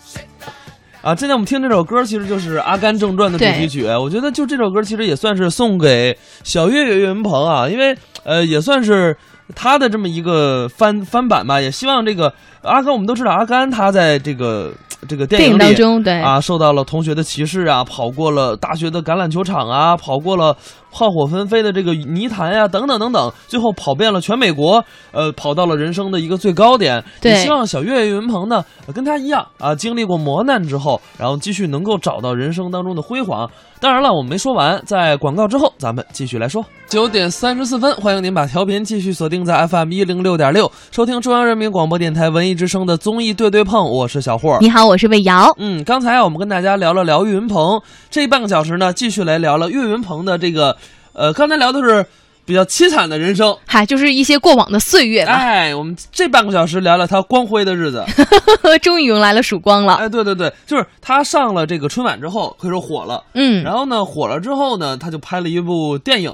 Speaker 4: 啊，今天我们听这首歌，其实就是《阿甘正传》的主题曲。我觉得就这首歌，其实也算是送给小岳岳云鹏啊，因为呃，也算是他的这么一个翻翻版吧。也希望这个阿甘，我们都知道阿甘他在这个这个电
Speaker 3: 电
Speaker 4: 影
Speaker 3: 影
Speaker 4: 里
Speaker 3: 当中，对，
Speaker 4: 啊，受到了同学的歧视啊，跑过了大学的橄榄球场啊，跑过了炮火纷飞的这个泥潭呀、等等等等，最后跑遍了全美国，呃，跑到了人生的一个最高点。
Speaker 3: 对
Speaker 4: 也希望小岳岳云鹏呢，呃跟他一样啊，经历过磨难之后，然后继续能够找到人生当中的辉煌。当然了，我们没说完，在广告之后，咱们继续来说。九点三十四分，欢迎您把调频继续锁定在 FM 一零六点六，收听中央人民广播电台文艺之声的综艺对对碰，我是小霍儿。
Speaker 3: 你好，我是魏瑶。
Speaker 4: 嗯，刚才我们跟大家聊了聊岳云鹏，这半个小时呢，继续来聊了岳云鹏的这个，呃，刚才聊的是比较凄惨的人生，
Speaker 3: 嗨，就是一些过往的岁月吧，
Speaker 4: 哎，我们这半个小时聊聊他光辉的日子，
Speaker 3: (laughs) 终于迎来了曙光了。
Speaker 4: 哎，对对对，就是他上了这个春晚之后，可以说火了，
Speaker 3: 嗯，
Speaker 4: 然后呢，火了之后呢，他就拍了一部电影，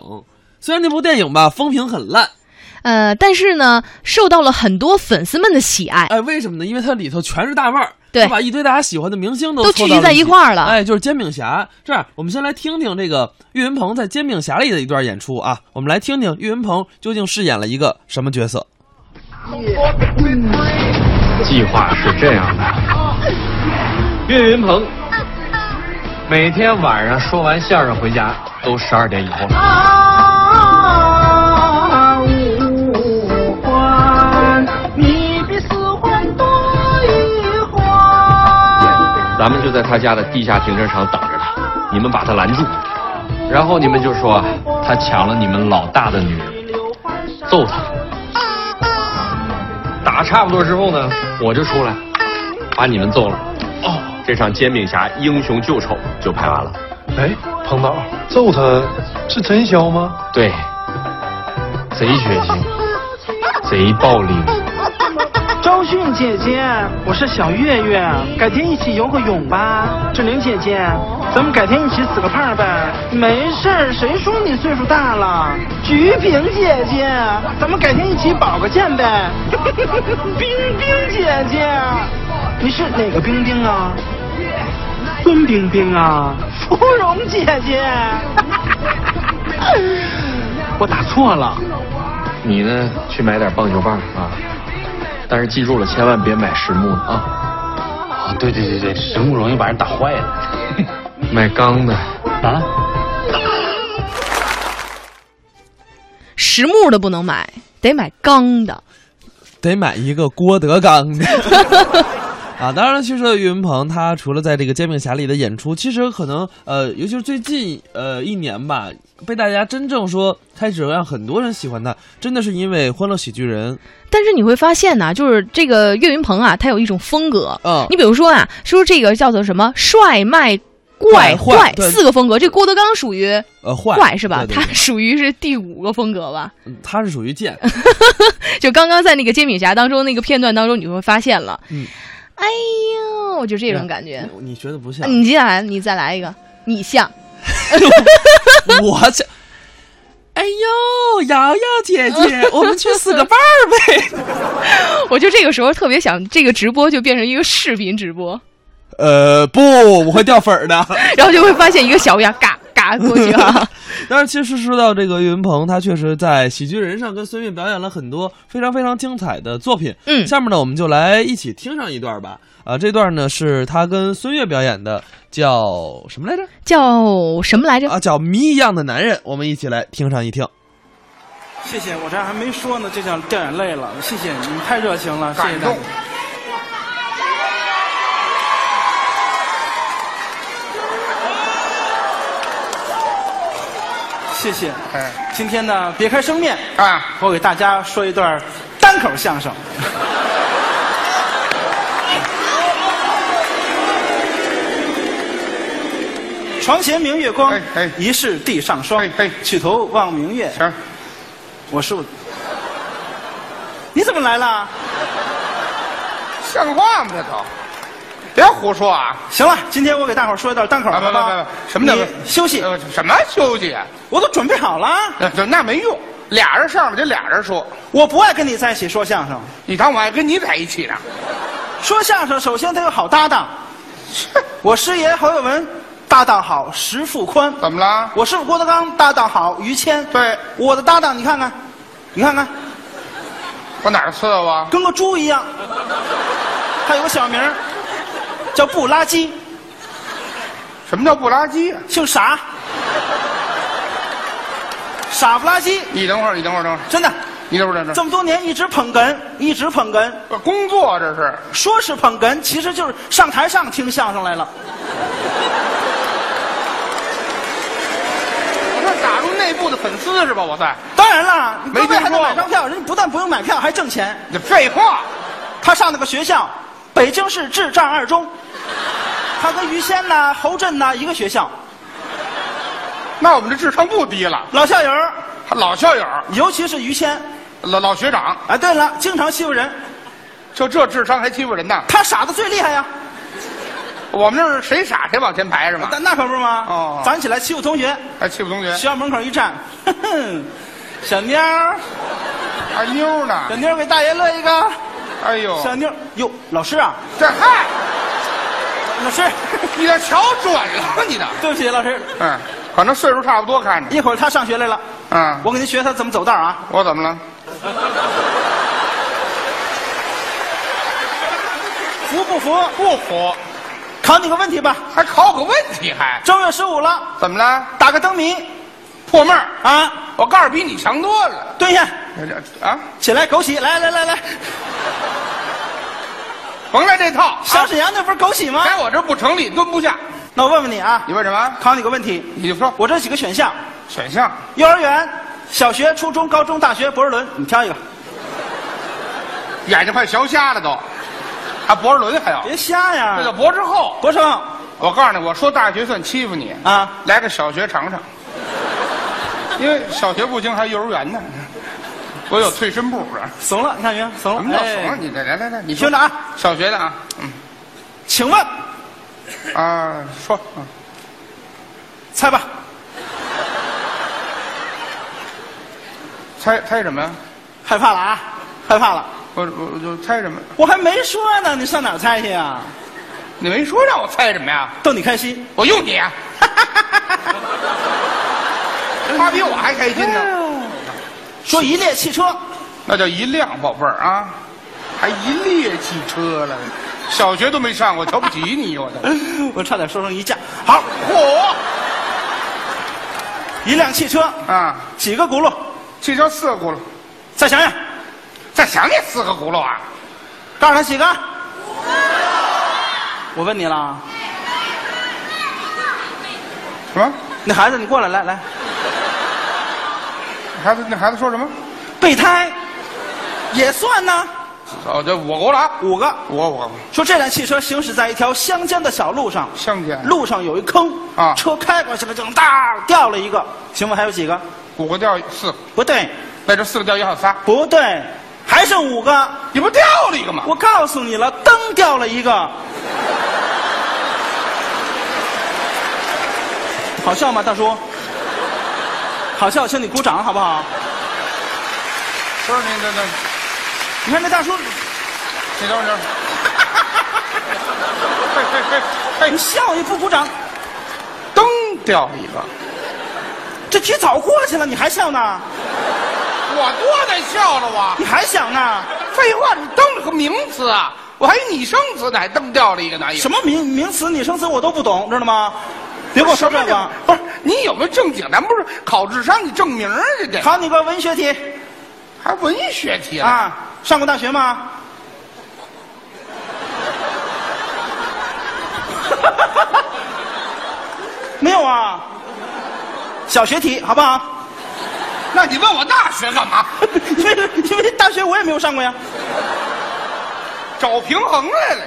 Speaker 4: 虽然那部电影吧风评很烂，
Speaker 3: 呃，但是呢，受到了很多粉丝们的喜爱，
Speaker 4: 哎，为什么呢？因为它里头全是大腕儿，
Speaker 3: 对
Speaker 4: 他把一堆大家喜欢的明星都
Speaker 3: 都
Speaker 4: 凑
Speaker 3: 聚
Speaker 4: 到
Speaker 3: 集在一块儿了
Speaker 4: 哎，就是《煎饼侠》。这样，我们先来听听这个岳云鹏在《煎饼侠》里的一段演出啊，我们来听听岳云鹏究竟饰演了一个什么角色。
Speaker 10: 计划是这样的：岳云鹏每天晚上说完相声回家都十二点以后了。
Speaker 8: (laughs)
Speaker 10: 咱们就在他家的地下停车场等着他，你们把他拦住，然后你们就说他抢了你们老大的女人，揍他。打差不多之后呢，我就出来，把你们揍了。哦，这场煎饼侠英雄救丑就拍完了。
Speaker 11: 哎，彭导，揍他是真削吗？
Speaker 10: 对，贼血腥，贼暴力。
Speaker 12: 周迅姐姐，我是小月月，改天一起游个泳吧。志玲姐姐，咱们改天一起死个胖呗。没事儿，谁说你岁数大了？菊萍姐姐，咱们改天一起保个健呗。冰冰姐姐，你是哪个冰冰啊？孙冰
Speaker 8: (laughs)
Speaker 12: 冰啊，芙蓉姐姐，我打错了。
Speaker 10: 你呢，去买点棒球棒啊，但是记住了，千万别买实木的啊，
Speaker 11: 啊，对对对对，实木容易把人打坏了。
Speaker 10: (laughs) 买钢的啊。
Speaker 3: 实木的不能买，得买钢的。
Speaker 4: 得买一个郭德纲的。 (laughs) 啊，当然，其实岳云鹏他除了在这个《煎饼侠》里的演出，其实可能呃，尤其是最近呃一年吧，被大家真正说开始让很多人喜欢他，真的是因为《欢乐喜剧人》
Speaker 3: 但是你会发现呢、就是这个岳云鹏啊，他有一种风格。
Speaker 4: 嗯
Speaker 3: 你比如说啊，说这个叫做什么帅卖怪
Speaker 4: 怪坏对
Speaker 3: 四个风格，这郭德纲属于
Speaker 4: 呃坏
Speaker 3: 怪是吧？
Speaker 4: 对对
Speaker 3: 他 (laughs)
Speaker 4: 对
Speaker 3: 属于是第五个风格吧？
Speaker 4: 嗯他是属于贱，
Speaker 3: 就刚刚在那个煎饼侠当中那个片段当中，你就会发现了。
Speaker 4: 嗯
Speaker 3: 哎呦，我就这种感觉。
Speaker 4: 你学的不像，
Speaker 3: 你接下来你再来一个，你像
Speaker 4: 我这。哎呦，瑶瑶姐姐，我们去死个伴儿呗！ (laughs)
Speaker 3: 我就这个时候特别想，这个直播就变成一个视频直播，
Speaker 4: 呃，不，我会掉粉儿的。
Speaker 3: 然后就会发现一个小乌鸦嘎嘎过去
Speaker 4: (laughs)
Speaker 3: 了。
Speaker 4: 但是其实说到这个岳云鹏，他确实在喜剧人上跟孙越表演了很多非常非常精彩的作品。
Speaker 3: 嗯
Speaker 4: 下面呢，我们就来一起听上一段吧。啊、这段呢是他跟孙越表演的，叫什么来着？
Speaker 3: 叫什么来着？
Speaker 4: 啊，叫《谜一样的男人》。我们一起来听上一听。
Speaker 12: 谢谢，我这还没说呢，就想掉眼泪了。谢谢你们太热情了，谢谢大家。谢谢，
Speaker 8: 哎
Speaker 12: 今天呢，别开生面，
Speaker 8: 啊，
Speaker 12: 我给大家说一段单口相
Speaker 8: (laughs)
Speaker 12: 声。床前明月光
Speaker 8: 哎，哎
Speaker 12: 疑是地上霜
Speaker 8: 哎哎，
Speaker 12: 举头望明月，
Speaker 8: 行，
Speaker 12: 我是我。你怎么来了？
Speaker 8: 像话吗？这都，别胡说啊！
Speaker 12: 行了，今天我给大伙儿说一段单口，
Speaker 8: 啊，
Speaker 12: 好
Speaker 8: 不
Speaker 12: 不
Speaker 8: 不
Speaker 12: 好
Speaker 8: 不，什么叫
Speaker 12: 你休息，
Speaker 8: 呃什么休息啊？
Speaker 12: 我都准备好了。
Speaker 8: 那那那没用，俩人上来就俩人说，
Speaker 12: 我不爱跟你在一起说相声，
Speaker 8: 你当我还跟你在一起呢？
Speaker 12: 说相声首先得有好搭档。我师爷侯耀文搭档好石富宽，
Speaker 8: 怎么了？
Speaker 12: 我师傅郭德纲搭档好于谦。
Speaker 8: 对，
Speaker 12: 我的搭档你看看，你看看
Speaker 8: 我哪儿伺候啊？
Speaker 12: 跟个猪一样，他有个小名儿叫布拉基，
Speaker 8: 什么叫不拉几啊？
Speaker 12: 姓啥？傻不拉几。
Speaker 9: 你等会儿，你等会儿，等会儿，
Speaker 12: 真的，
Speaker 9: 你等会儿，等
Speaker 12: 这
Speaker 9: 会儿。
Speaker 12: 么多年一直捧哏，一直捧哏，
Speaker 9: 工作这是，
Speaker 12: 说是捧哏，其实就是上台上听相声来了。
Speaker 9: 我这打入内部的粉丝是吧？我在，
Speaker 12: 当然啦，
Speaker 9: 没
Speaker 12: 各位
Speaker 9: 听
Speaker 12: 还得
Speaker 9: 说
Speaker 12: 买张票，人家不但不用买票，还挣钱。
Speaker 9: 你废话，
Speaker 12: 他上那个学校，北京市智障二中，他跟于谦呐、侯震呐、一个学校。
Speaker 9: 那我们这智商不低了。
Speaker 12: 老校友儿，
Speaker 9: 还老校友，
Speaker 12: 尤其是于谦，
Speaker 9: 老老学长，
Speaker 12: 啊，对了，经常欺负人，
Speaker 9: 就这智商还欺负人呐？
Speaker 12: 他傻的最厉害呀。
Speaker 9: 我们这是谁傻谁往前排是吗？
Speaker 12: 但那可不是吗？
Speaker 9: 哦
Speaker 12: 早上起来欺负同学，
Speaker 9: 还欺负同学
Speaker 12: 学，校门口一站， (laughs) 哼哼，小妞儿，
Speaker 9: 二哎妞呢？
Speaker 12: 小妞儿给大爷乐一个，
Speaker 9: 哎呦，
Speaker 12: 小妞儿，哟，老师啊，
Speaker 9: 这嗨，
Speaker 12: 老师，
Speaker 9: 你这瞧准了，你这，
Speaker 12: 对不起，老师，
Speaker 9: 嗯，反正岁数差不多，看着，
Speaker 12: 一会儿他上学来了，
Speaker 9: 嗯，
Speaker 12: 我给您学他怎么走道啊。
Speaker 9: 我怎么了？
Speaker 12: 服不服？
Speaker 9: 不服，
Speaker 12: 考你个问题吧。
Speaker 9: 还考个问题还？
Speaker 12: 正月十五了，
Speaker 9: 怎么了？
Speaker 12: 打个灯谜
Speaker 9: 破闷儿，
Speaker 12: 啊！
Speaker 9: 我告诉比你强多了。
Speaker 12: 蹲下，
Speaker 9: 这这啊，
Speaker 12: 起来，枸杞，来来来来，
Speaker 9: 甭来这套，啊
Speaker 12: 小沈阳那不是枸杞吗？
Speaker 9: 在我这不成立，蹲不下。
Speaker 12: 那我问问你啊
Speaker 9: 你，问什么？
Speaker 12: 考你个问题，
Speaker 9: 你就说
Speaker 12: 我这几个选项：
Speaker 9: 选项，
Speaker 12: 幼儿园、小学、初中、高中、大学、博士伦，你挑一个。
Speaker 9: 眼睛快瞧瞎了都，还博士伦还有，
Speaker 12: 别瞎呀！
Speaker 9: 这叫博士后。
Speaker 12: 博士后
Speaker 9: 我告诉你，我说大学算欺负你，
Speaker 12: 啊，
Speaker 9: 来个小学尝尝，因为小学不行，还幼儿园呢，我有退身步的。
Speaker 12: 怂了，你看没有？怂了，
Speaker 9: 什么叫怂了？
Speaker 12: 哎？
Speaker 9: 你这来来来，你说
Speaker 12: 听着啊，
Speaker 9: 小学的啊，嗯
Speaker 12: 请问，
Speaker 9: 啊，说，嗯
Speaker 12: 猜吧，
Speaker 9: 猜猜什么呀？
Speaker 12: 害怕了啊，害怕了。
Speaker 9: 我我我就猜什么？
Speaker 12: 我还没说呢，你上哪儿猜去啊？
Speaker 9: 你没说让我猜什么呀？
Speaker 12: 逗你开心。
Speaker 9: 我用你
Speaker 12: (laughs)
Speaker 9: 啊！他比我还开心呢，
Speaker 12: 哎说一列汽车，
Speaker 9: 那叫一辆宝贝儿啊，还一列汽车了，小学都没上过，瞧不起你，我的。
Speaker 12: (laughs) 我差点说成一架。好，嚯，一辆汽车，
Speaker 9: 啊，
Speaker 12: 几个轱辘？
Speaker 9: 这叫四个轱辘，
Speaker 12: 再想想，
Speaker 9: 再想你四个轱辘啊！
Speaker 12: 告诉他几个？我问你了，
Speaker 9: 什么？
Speaker 12: 那孩子你过来，来来，
Speaker 9: 孩子，那孩子说什么？
Speaker 12: 备胎也算呢，
Speaker 9: 哦，这我轱辘啊，
Speaker 12: 五个。
Speaker 9: 我我
Speaker 12: 说这辆汽车行驶在一条乡间的小路上，
Speaker 9: 乡间
Speaker 12: 路上有一坑
Speaker 9: 啊
Speaker 12: 车开过去了，就当当掉了一个，请问还有几个？
Speaker 9: 五个掉四个，
Speaker 12: 不对，
Speaker 9: 在这四个掉一还有仨，
Speaker 12: 不对，还剩五个。
Speaker 9: 你不掉了一个吗？
Speaker 12: 我告诉你了，灯掉了一个。好笑吗，大叔？好笑，请你鼓掌好不好？
Speaker 9: 不是你这这，
Speaker 12: 你看这大叔，
Speaker 9: 你等会儿等会儿。嘿嘿嘿嘿
Speaker 12: (laughs) 你笑也不鼓掌，
Speaker 9: 灯掉了一个，
Speaker 12: 这题早过去了，你还笑呢？
Speaker 9: 我多难笑了我。
Speaker 12: 你还想呢？
Speaker 9: 废话，你灯是个名词啊，我还以拟声词呢，还灯掉了一个呢。哎
Speaker 12: 什么名名词、拟声词我都不懂，知道吗？别跟我说
Speaker 9: 什
Speaker 12: 这
Speaker 9: 么
Speaker 12: 个
Speaker 9: 叫。不是你有没有正经？咱不是考智商，你证明啊，这得
Speaker 12: 考你个文学题
Speaker 9: 还文学题了？
Speaker 12: 啊，上过大学吗？ (laughs) 没有啊，小学题好不好？
Speaker 9: 那你问我大学干嘛？
Speaker 12: (laughs) 因为因为大学我也没有上过呀，
Speaker 9: 找平衡来了。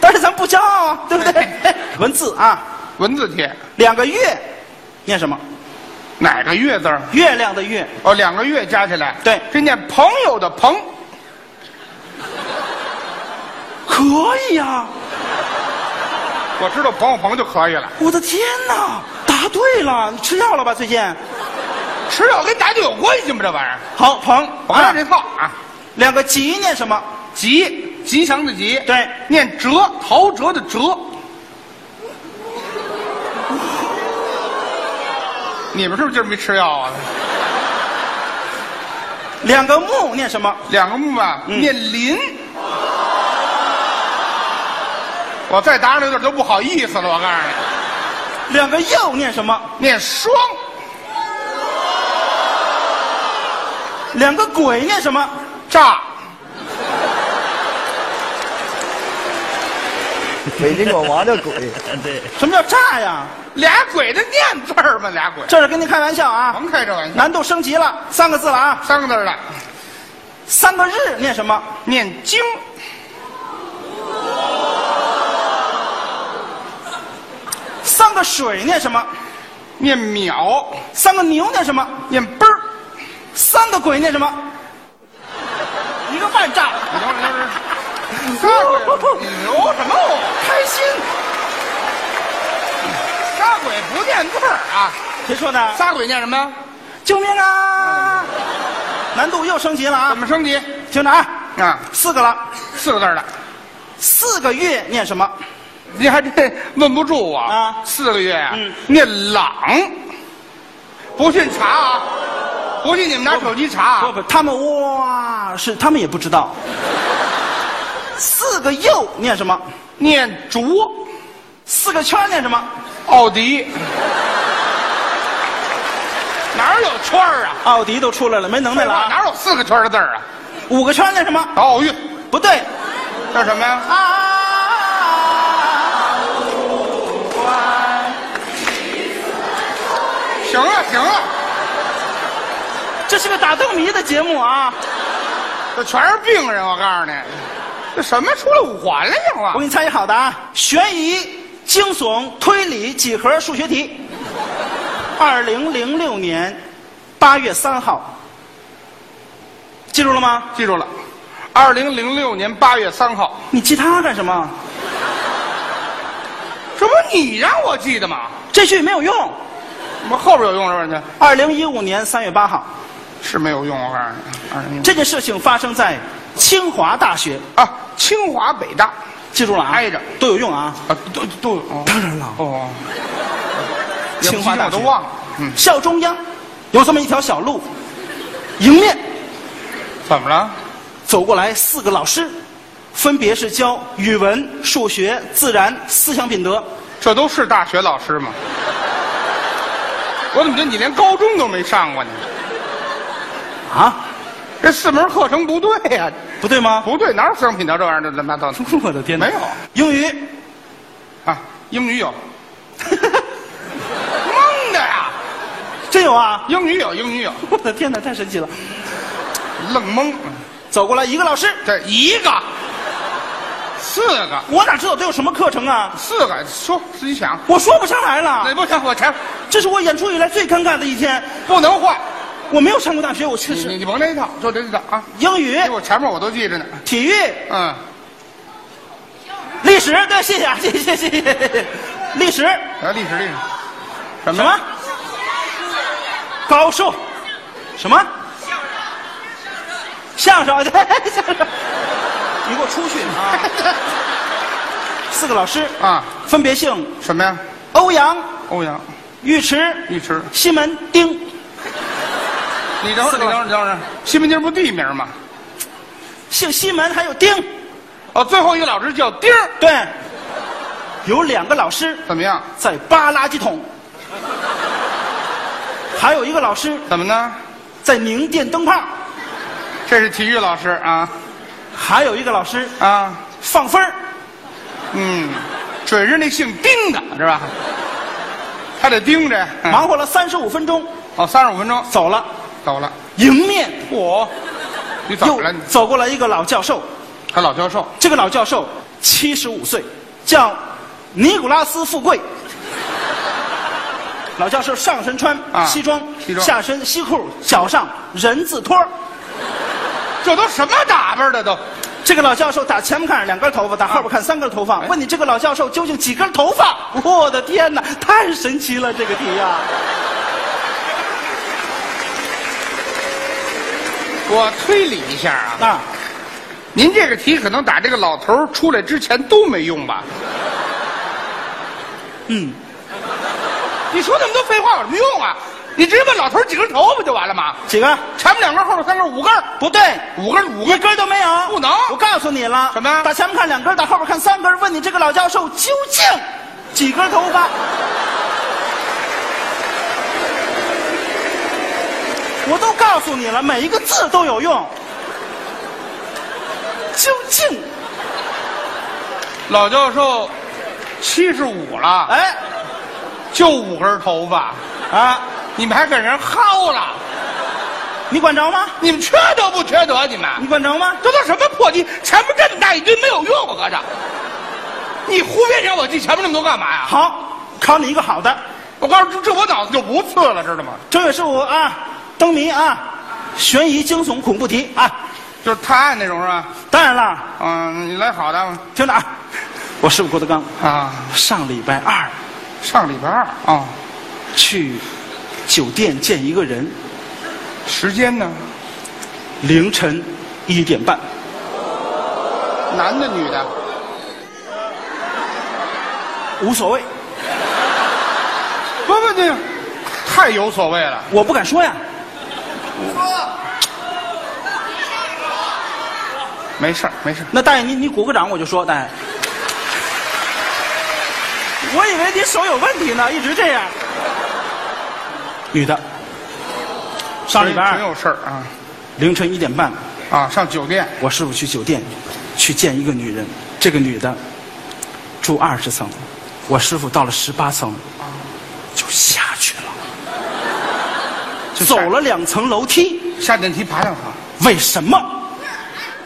Speaker 12: 但是咱不骄傲啊，对不对？ (laughs) 文字啊，
Speaker 9: 文字题，
Speaker 12: 两个月，念什么？
Speaker 9: 哪个月字儿？
Speaker 12: 月亮的月，
Speaker 9: 哦，两个月加起来，
Speaker 12: 对
Speaker 9: 这念朋友的朋，
Speaker 12: 可以啊！
Speaker 9: 我知道朋友朋就可以了。
Speaker 12: 我的天哪，答对了！你吃药了吧？最近？
Speaker 9: 吃药跟答就有关系吗？这玩意儿，
Speaker 12: 好，鹏，
Speaker 9: 我按这套啊。
Speaker 12: 两个吉念什么？
Speaker 9: 吉，吉祥的吉，
Speaker 12: 对
Speaker 9: 念折，陶喆的折。你们是不是今儿没吃药啊？
Speaker 12: 两个木念什么？
Speaker 9: 两个木吧，
Speaker 12: 嗯
Speaker 9: 念林。我再答上有点就不好意思了，我告诉你，
Speaker 12: 两个又念什么？
Speaker 9: 念双。
Speaker 12: 两个鬼念什么？
Speaker 9: 炸！
Speaker 13: 北京广麻叫鬼，
Speaker 12: 对，什么叫炸呀？
Speaker 9: 俩鬼的念字儿吗？俩鬼，
Speaker 12: 这是跟您开玩笑啊！
Speaker 9: 甭开这玩笑，
Speaker 12: 难度升级了，三个字了啊！
Speaker 9: 三个字了，
Speaker 12: 三个日念什么？
Speaker 9: 念经。
Speaker 12: 三个水念什么？
Speaker 9: 念秒。
Speaker 12: 三个牛念什么？
Speaker 9: 念奔儿。
Speaker 12: 三个鬼念什么？一个半炸。
Speaker 9: 仨鬼，你留什么？我
Speaker 12: 开心。
Speaker 9: 仨鬼不念字儿啊？
Speaker 12: 谁说的？
Speaker 9: 仨鬼念什么呀？
Speaker 12: 救命啊！难度又升级了啊！
Speaker 9: 怎么升级？
Speaker 12: 听着啊
Speaker 9: 啊，
Speaker 12: 四个了，
Speaker 9: 四个字了。
Speaker 12: 四个月念什么？
Speaker 9: 你还这 (laughs) 问不住我
Speaker 12: 啊？
Speaker 9: 四个月啊？
Speaker 12: 嗯，
Speaker 9: 念朗。不信查啊！不信你们拿手机查啊！
Speaker 12: 不不，他们哇，是他们也不知道。四个又念什么？
Speaker 9: 念竹。
Speaker 12: 四个圈念什么？
Speaker 9: 奥迪。哪有圈儿啊？
Speaker 12: 奥迪都出来了，没能耐了、啊。
Speaker 9: 哪有四个圈的字儿啊？
Speaker 12: 五个圈念什么？
Speaker 9: 奥运。
Speaker 12: 不对，
Speaker 9: 这是什么呀？啊！行了行了，
Speaker 12: 这是个打灯谜的节目啊！
Speaker 9: 这全是病人，我告诉你，这什么出了五环了呀？
Speaker 12: 我给你猜一好的啊，悬疑、惊悚、推理、几何、数学题。二零零六年八月三号，记住了吗？
Speaker 9: 记住了。二零零六年八月三号，
Speaker 12: 你记它干什么？
Speaker 9: 这不你让我记的吗？
Speaker 12: 这句没有用。
Speaker 9: 我后边有用是吧？
Speaker 12: 二零一五年三月八号，
Speaker 9: 是没有用。我告诉你，二零
Speaker 12: 这件事情发生在清华大学
Speaker 9: 啊，清华北大，
Speaker 12: 记住了啊，
Speaker 9: 挨着
Speaker 12: 都有用啊
Speaker 9: 啊，都都有、哦。
Speaker 12: 当然了
Speaker 9: 哦，
Speaker 12: 清华大学
Speaker 9: 我都忘了。嗯，
Speaker 12: 校中央有这么一条小路，迎面
Speaker 9: 怎么了？
Speaker 12: 走过来四个老师，分别是教语文、数学、自然、思想品德，
Speaker 9: 这都是大学老师吗？我怎么觉得你连高中都没上过呢？
Speaker 12: 啊，
Speaker 9: 这四门课程不对呀、啊，
Speaker 12: 不对吗？
Speaker 9: 不对，哪有思想品德这玩意儿？乱七八糟的！
Speaker 12: 我的天
Speaker 9: 哪，没有
Speaker 12: 英语
Speaker 9: 啊，英语有，蒙的呀，
Speaker 12: 真有啊！
Speaker 9: 英语有，英语有，
Speaker 12: 我的天哪，太神奇了！
Speaker 9: 愣蒙，
Speaker 12: 走过来一个老师，
Speaker 9: 这一个，四个，
Speaker 12: 我哪知道都有什么课程啊？
Speaker 9: 四个，说自己想，
Speaker 12: 我说不上来了。
Speaker 9: 那不行，我查。
Speaker 12: 这是我演出以来最尴尬的一天，
Speaker 9: 不能换。
Speaker 12: 我没有上过大学，我确实
Speaker 9: 你你甭这一套，就这一套啊。
Speaker 12: 英语，
Speaker 9: 我前面我都记着呢。
Speaker 12: 体育，
Speaker 9: 嗯，
Speaker 12: 历史，对，谢谢啊，谢谢谢谢。历史，
Speaker 9: 啊，历史历史，
Speaker 12: 什么？高寿？什么？相声，相 (laughs) 声，你给我出去啊！四个老师
Speaker 9: 啊，
Speaker 12: 分别姓
Speaker 9: 什么呀？
Speaker 12: 欧阳，
Speaker 9: 欧阳。
Speaker 12: 尉迟，
Speaker 9: 尉迟，
Speaker 12: 西门町。
Speaker 9: 你等会儿，你等会儿，你等会儿。西门町不地名吗？
Speaker 12: 姓西门还有丁。
Speaker 9: 哦，最后一个老师叫丁。
Speaker 12: 对。有两个老师。
Speaker 9: 怎么样？
Speaker 12: 在扒垃圾桶。还有一个老师。
Speaker 9: 怎么呢？
Speaker 12: 在拧电灯泡。
Speaker 9: 这是体育老师啊。
Speaker 12: 还有一个老师
Speaker 9: 啊，
Speaker 12: 放分儿。
Speaker 9: 嗯，准是那姓丁的，是吧？还得盯着，
Speaker 12: 嗯、忙活了三十五分钟。
Speaker 9: 哦，三十五分钟，
Speaker 12: 走了，
Speaker 9: 走了。
Speaker 12: 迎面
Speaker 9: 我，你怎么了？
Speaker 12: 走过来一个老教授，
Speaker 9: 还老教授。
Speaker 12: 这个老教授七十五岁，叫尼古拉斯·富贵。 (laughs) 老教授上身穿西装，啊、
Speaker 9: 西装
Speaker 12: 下身西裤，脚上人字拖。
Speaker 9: 这都什么打扮的啊都？
Speaker 12: 这个老教授打前面看两根头发，打后边看三根头发。
Speaker 9: 哎
Speaker 12: 问你这个老教授究竟几根头
Speaker 9: (laughs)
Speaker 12: 发？我的天哪，太神奇了这个题呀、啊！
Speaker 9: 我推理一下啊，
Speaker 12: 啊，
Speaker 9: 您这个题可能打这个老头出来之前都没用吧？
Speaker 12: 嗯，
Speaker 9: 你说那么多废话有什么用啊？你直接问老头几根头发就完了吗？
Speaker 12: 几根？
Speaker 9: 前面两根，后面三根，五根？
Speaker 12: 不对，
Speaker 9: 五根五
Speaker 12: 根，一根都没有。
Speaker 9: 不能！
Speaker 12: 我告诉你了，
Speaker 9: 什么？
Speaker 12: 打前面看两根，打后边看三根。问你这个老教授究竟几根头发？我都告告诉你了，每一个字都有用。究竟
Speaker 9: 老教授七十五了，
Speaker 12: 哎，
Speaker 9: 就五根头发啊！你们还给人薅了，
Speaker 12: 你管着吗？
Speaker 9: 你们缺德不缺德？你们
Speaker 12: 你管着吗？
Speaker 9: 这都什么破鸡？前面这么大一堆没有用，我啊合着。你胡编让我记前面那么多干嘛呀？
Speaker 12: 好，考你一个好的。
Speaker 9: 我告诉你，这我脑子就不次了，知道吗？
Speaker 12: 这也是我啊，灯谜啊，悬疑惊悚恐怖题啊，
Speaker 9: 就是探案那种是吧？
Speaker 12: 当然了，
Speaker 9: 嗯，你来好的，
Speaker 12: 听着啊，我师傅郭德纲
Speaker 9: 啊，
Speaker 12: 上礼拜二
Speaker 9: 上礼拜二啊、
Speaker 12: 去酒店见一个人，
Speaker 9: 时间呢？
Speaker 12: 凌晨一点半，
Speaker 9: 男的女的？
Speaker 12: 无所谓，
Speaker 9: 不不，这太有所谓了。
Speaker 12: 我不敢说呀，
Speaker 9: 没事儿，没事儿。
Speaker 12: 那大爷，你你鼓个掌，我就说大爷。 (laughs) 我以为你手有问题呢，一直这样。女的，上礼拜
Speaker 9: 真
Speaker 12: 二
Speaker 9: 有事儿啊
Speaker 12: 凌晨一点半，
Speaker 9: 啊！上酒店
Speaker 12: 我师傅去酒店去见一个女人，这个女的住二十层，我师傅到了十八层就下去了，
Speaker 9: 就下
Speaker 12: 走了两层楼梯，
Speaker 9: 下电梯爬上它。
Speaker 12: 为什么？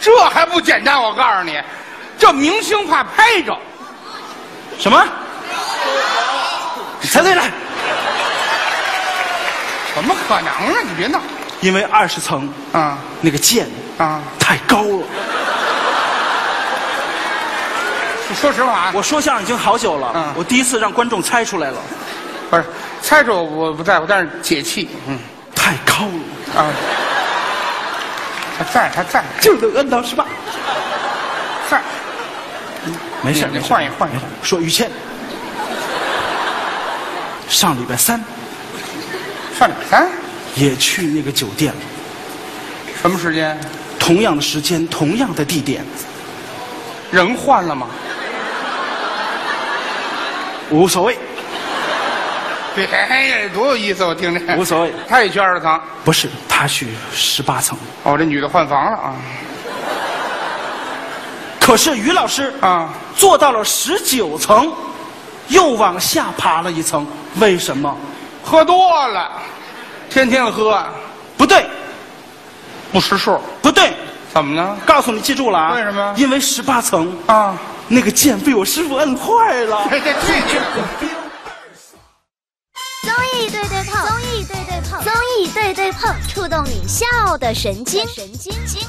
Speaker 9: 这还不简单？我告诉你，这明星怕拍着，
Speaker 12: 什么？你猜对了，
Speaker 9: 怎么可能啊？你别闹
Speaker 12: 因为二十层
Speaker 9: 啊
Speaker 12: 那个剑
Speaker 9: 啊！
Speaker 12: 太高了。
Speaker 9: 说实话啊，
Speaker 12: 我说相声已经好久了，
Speaker 9: 嗯
Speaker 12: 我第一次让观众猜出来了，
Speaker 9: 不是猜着我不在乎，但是解气，嗯
Speaker 12: 太高了，
Speaker 9: 啊，他在，他在，
Speaker 12: 就能摁到十八。
Speaker 9: 在。
Speaker 12: 没事，
Speaker 9: 你
Speaker 12: 没事
Speaker 9: 换一换一换。
Speaker 12: 说于谦，上礼拜三
Speaker 9: 上礼拜三
Speaker 12: 也去那个酒店了，
Speaker 9: 什么时间？
Speaker 12: 同样的时间，同样的地点，
Speaker 9: 人换了吗？
Speaker 12: 无所谓，
Speaker 9: 别，多有意思！我听着
Speaker 12: 无所谓
Speaker 9: 他也去二层，
Speaker 12: 不是他去十八层，
Speaker 9: 哦，这女的换房了啊
Speaker 12: 可是于老师
Speaker 9: 啊！
Speaker 12: 坐到了十九层，又往下爬了一层，为什么？
Speaker 9: 喝多了，天天喝，
Speaker 12: 不对，
Speaker 9: 不识数，
Speaker 12: 不对，
Speaker 9: 怎么呢？
Speaker 12: 告诉你，记住了啊！
Speaker 9: 为什么
Speaker 12: 因为十八层
Speaker 9: 啊，
Speaker 12: 那个键被我师傅摁坏了。
Speaker 9: (laughs) 这这这
Speaker 14: 综艺对对碰，综艺对对碰，综艺对对碰，触动你笑的神经，神经经。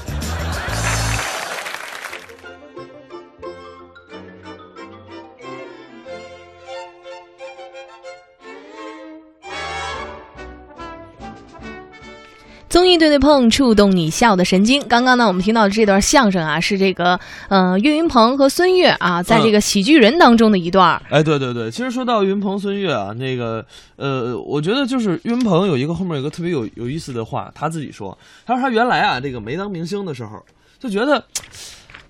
Speaker 3: 综艺对对碰，触动你笑的神经。刚刚呢，我们听到的这段相声啊，是这个呃岳云鹏和孙越啊，在这个喜剧人当中的一段儿。
Speaker 4: (laughs) 哎，对对对，其实说到云鹏、孙越啊，那个呃，我觉得就是云鹏有一个后面有个特别有有意思的话，他自己说，他说他原来啊，这个没当明星的时候，就觉得，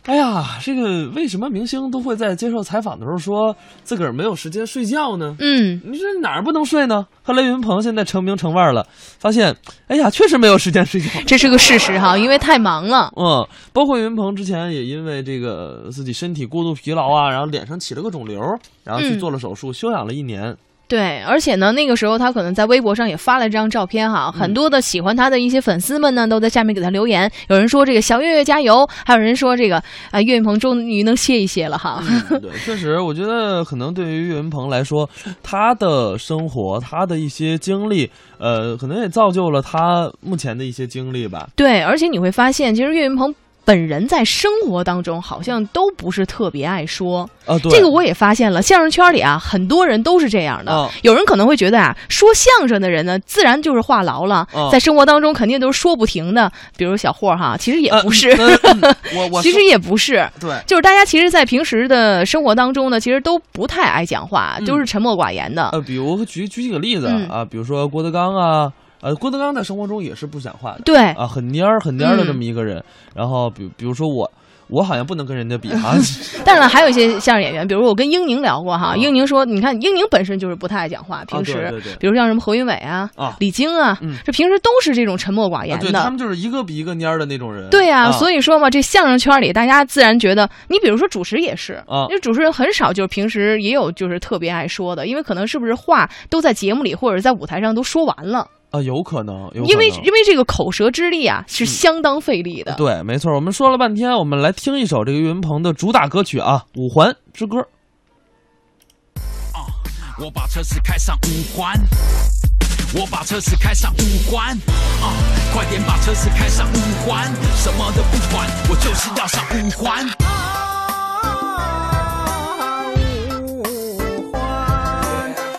Speaker 4: 哎呀，这个为什么明星都会在接受采访的时候说自个儿没有时间睡觉呢？
Speaker 3: 嗯，
Speaker 4: 你说哪儿不能睡呢？后来云鹏现在成名成腕了，发现，哎呀，确实没有时间睡觉。 (laughs)
Speaker 3: 这是个事实 (laughs) 哈，因为太忙了。
Speaker 4: 嗯，包括云鹏之前也因为这个呃自己身体过度疲劳啊，然后脸上起了个肿瘤，然后去
Speaker 3: 嗯
Speaker 4: 做了手术，休养了一年。
Speaker 3: 对，而且呢，那个时候他可能在微博上也发了一张照片哈，很多的喜欢他的一些粉丝们呢，都在下面给他留言，有人说这个小岳岳加油，还有人说这个啊岳云鹏终于能歇一歇了哈。
Speaker 4: 嗯对，确实，我觉得可能对于岳云鹏来说，他的生活，他的一些经历，呃，可能也造就了他目前的一些经历吧。
Speaker 3: (laughs) 对，而且你会发现，其实岳云鹏本人在生活当中好像都不是特别爱说。
Speaker 4: 啊，对，
Speaker 3: 这个我也发现了，相声圈里啊，很多人都是这样的。
Speaker 4: 哦
Speaker 3: 有人可能会觉得啊，说相声的人呢，自然就是话痨了，
Speaker 4: 哦
Speaker 3: 在生活当中肯定都是说不停的。比如小霍儿哈，其实也
Speaker 4: 呃
Speaker 3: 不是，
Speaker 4: 呃嗯
Speaker 3: (laughs)
Speaker 4: 我我
Speaker 3: 其实
Speaker 4: 说
Speaker 3: 也不是。
Speaker 4: 对，
Speaker 3: 就是大家其实，在平时的生活当中呢，其实都不太爱讲话，
Speaker 4: 嗯
Speaker 3: 都是沉默寡言的。
Speaker 4: 呃，比如举举几个例子
Speaker 3: 嗯
Speaker 4: 啊，比如说郭德纲啊，呃，郭德纲在生活中也是不讲话的。
Speaker 3: 对，
Speaker 4: 啊，很蔫儿很蔫儿的
Speaker 3: 嗯
Speaker 4: 这么一个人。然后比比如说我，我好像不能跟人
Speaker 3: (laughs)
Speaker 4: 家比啊。
Speaker 3: 当然了，还有一些相声演员，比如我跟英宁聊过哈，英宁说，你看英宁本身就是不太爱讲话，平时，
Speaker 4: 哦对对对
Speaker 3: 比如像什么何云伟啊、
Speaker 4: 啊
Speaker 3: 李菁啊，这平时都是这种沉默寡言
Speaker 4: 对
Speaker 3: 的。
Speaker 4: 他们就是一个比一个蔫儿的那种人。
Speaker 3: 对呀、
Speaker 4: 啊，
Speaker 3: 所以说嘛，这相声圈里，大家自然觉得，你比如说主持也是，
Speaker 4: 啊
Speaker 3: 因为主持人很少，就是平时也有就是特别爱说的，因为可能是不是话都在节目里或者在舞台上都说完了，
Speaker 4: 啊，有可能，有可能嗯啊
Speaker 3: 因为因为这个口舌之力啊是相当费力的。
Speaker 4: 对，没错。我们说了半天，我们来听一首这个岳云鹏的主打歌曲啊，《五环之歌》。
Speaker 15: 我把车子开上五环，我把车子开上五环，啊，快点把车子开上五环，什么都不管，我就是要上五环。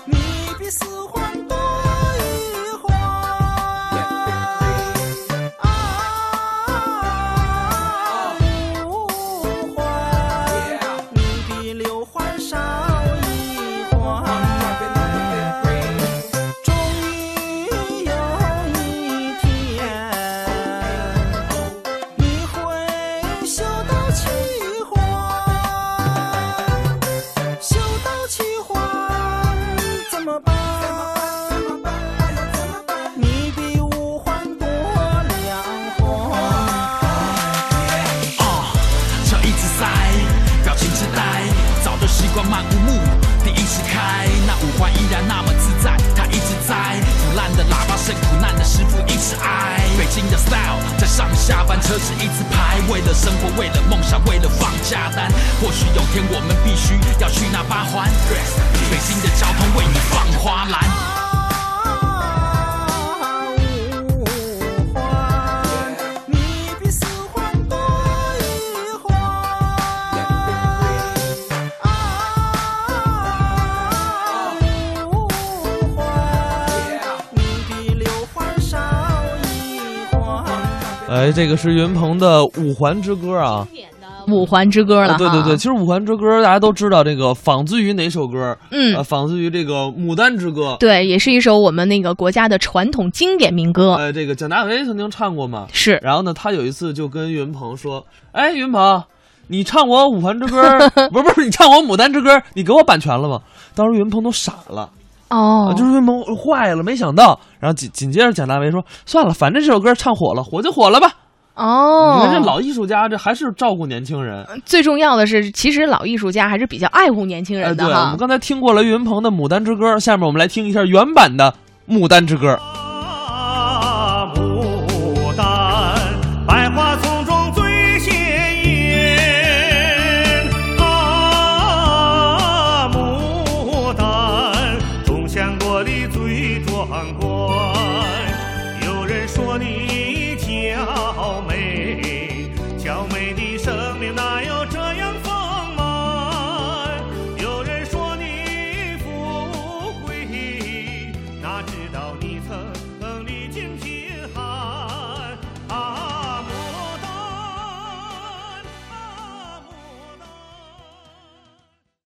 Speaker 16: 你比四环多一环。啊，五环，你比六环少一环。终于有一天，你会修到七环。修到七环怎么办？你比五环多两环。
Speaker 15: 啊，车一直塞，表情痴呆，早就习惯漫无目的一直开，那五环依然那么自在，它一直在，腐烂的喇叭声，苦难的师傅一直挨，北京的 style 在上下班车子一直排，为了生活，为了梦想，为了放假单，或许有天我们必须要去那八环，北京的交通为你放花篮。
Speaker 16: 你比四环多一环。啊，五环，你比六环少一环。
Speaker 4: 哎，这个是岳云鹏的《五环之歌》啊。
Speaker 3: 五环之歌了、
Speaker 4: 啊对对
Speaker 3: 哈
Speaker 4: 对，其实《五环之歌》大家都知道，这个仿自于哪首歌？
Speaker 3: 嗯
Speaker 4: 呃仿自于这个《牡丹之歌》。
Speaker 3: 对，也是一首我们那个国家的传统经典民歌。
Speaker 4: 呃，这个蒋大为曾经唱过嘛？
Speaker 3: 是。
Speaker 4: 然后呢，他有一次就跟岳云鹏说：“哎，岳云鹏，你唱我《五环之歌》，
Speaker 3: (laughs)
Speaker 4: 不是不是，你唱我《牡丹之歌》，你给我版权了吗？”当时岳云鹏都傻了。
Speaker 3: 哦
Speaker 4: 啊就是岳云鹏坏了，没想到。然后紧紧接着蒋大为说：“算了，反正这首歌唱火了，火就火了吧。”
Speaker 3: 哦，嗯
Speaker 4: 你看这老艺术家，这还是照顾年轻人。
Speaker 3: 最重要的是，其实老艺术家还是比较爱护年轻
Speaker 4: 哎，
Speaker 3: 人
Speaker 4: 对，
Speaker 3: 的
Speaker 4: 我
Speaker 3: 哈
Speaker 4: 们。刚才听过了岳云鹏的《牡丹之歌》，下面我们来听一下原版的《牡丹之歌》。
Speaker 16: 牡丹，百花丛中最鲜艳。啊，牡丹，种香国里最壮观。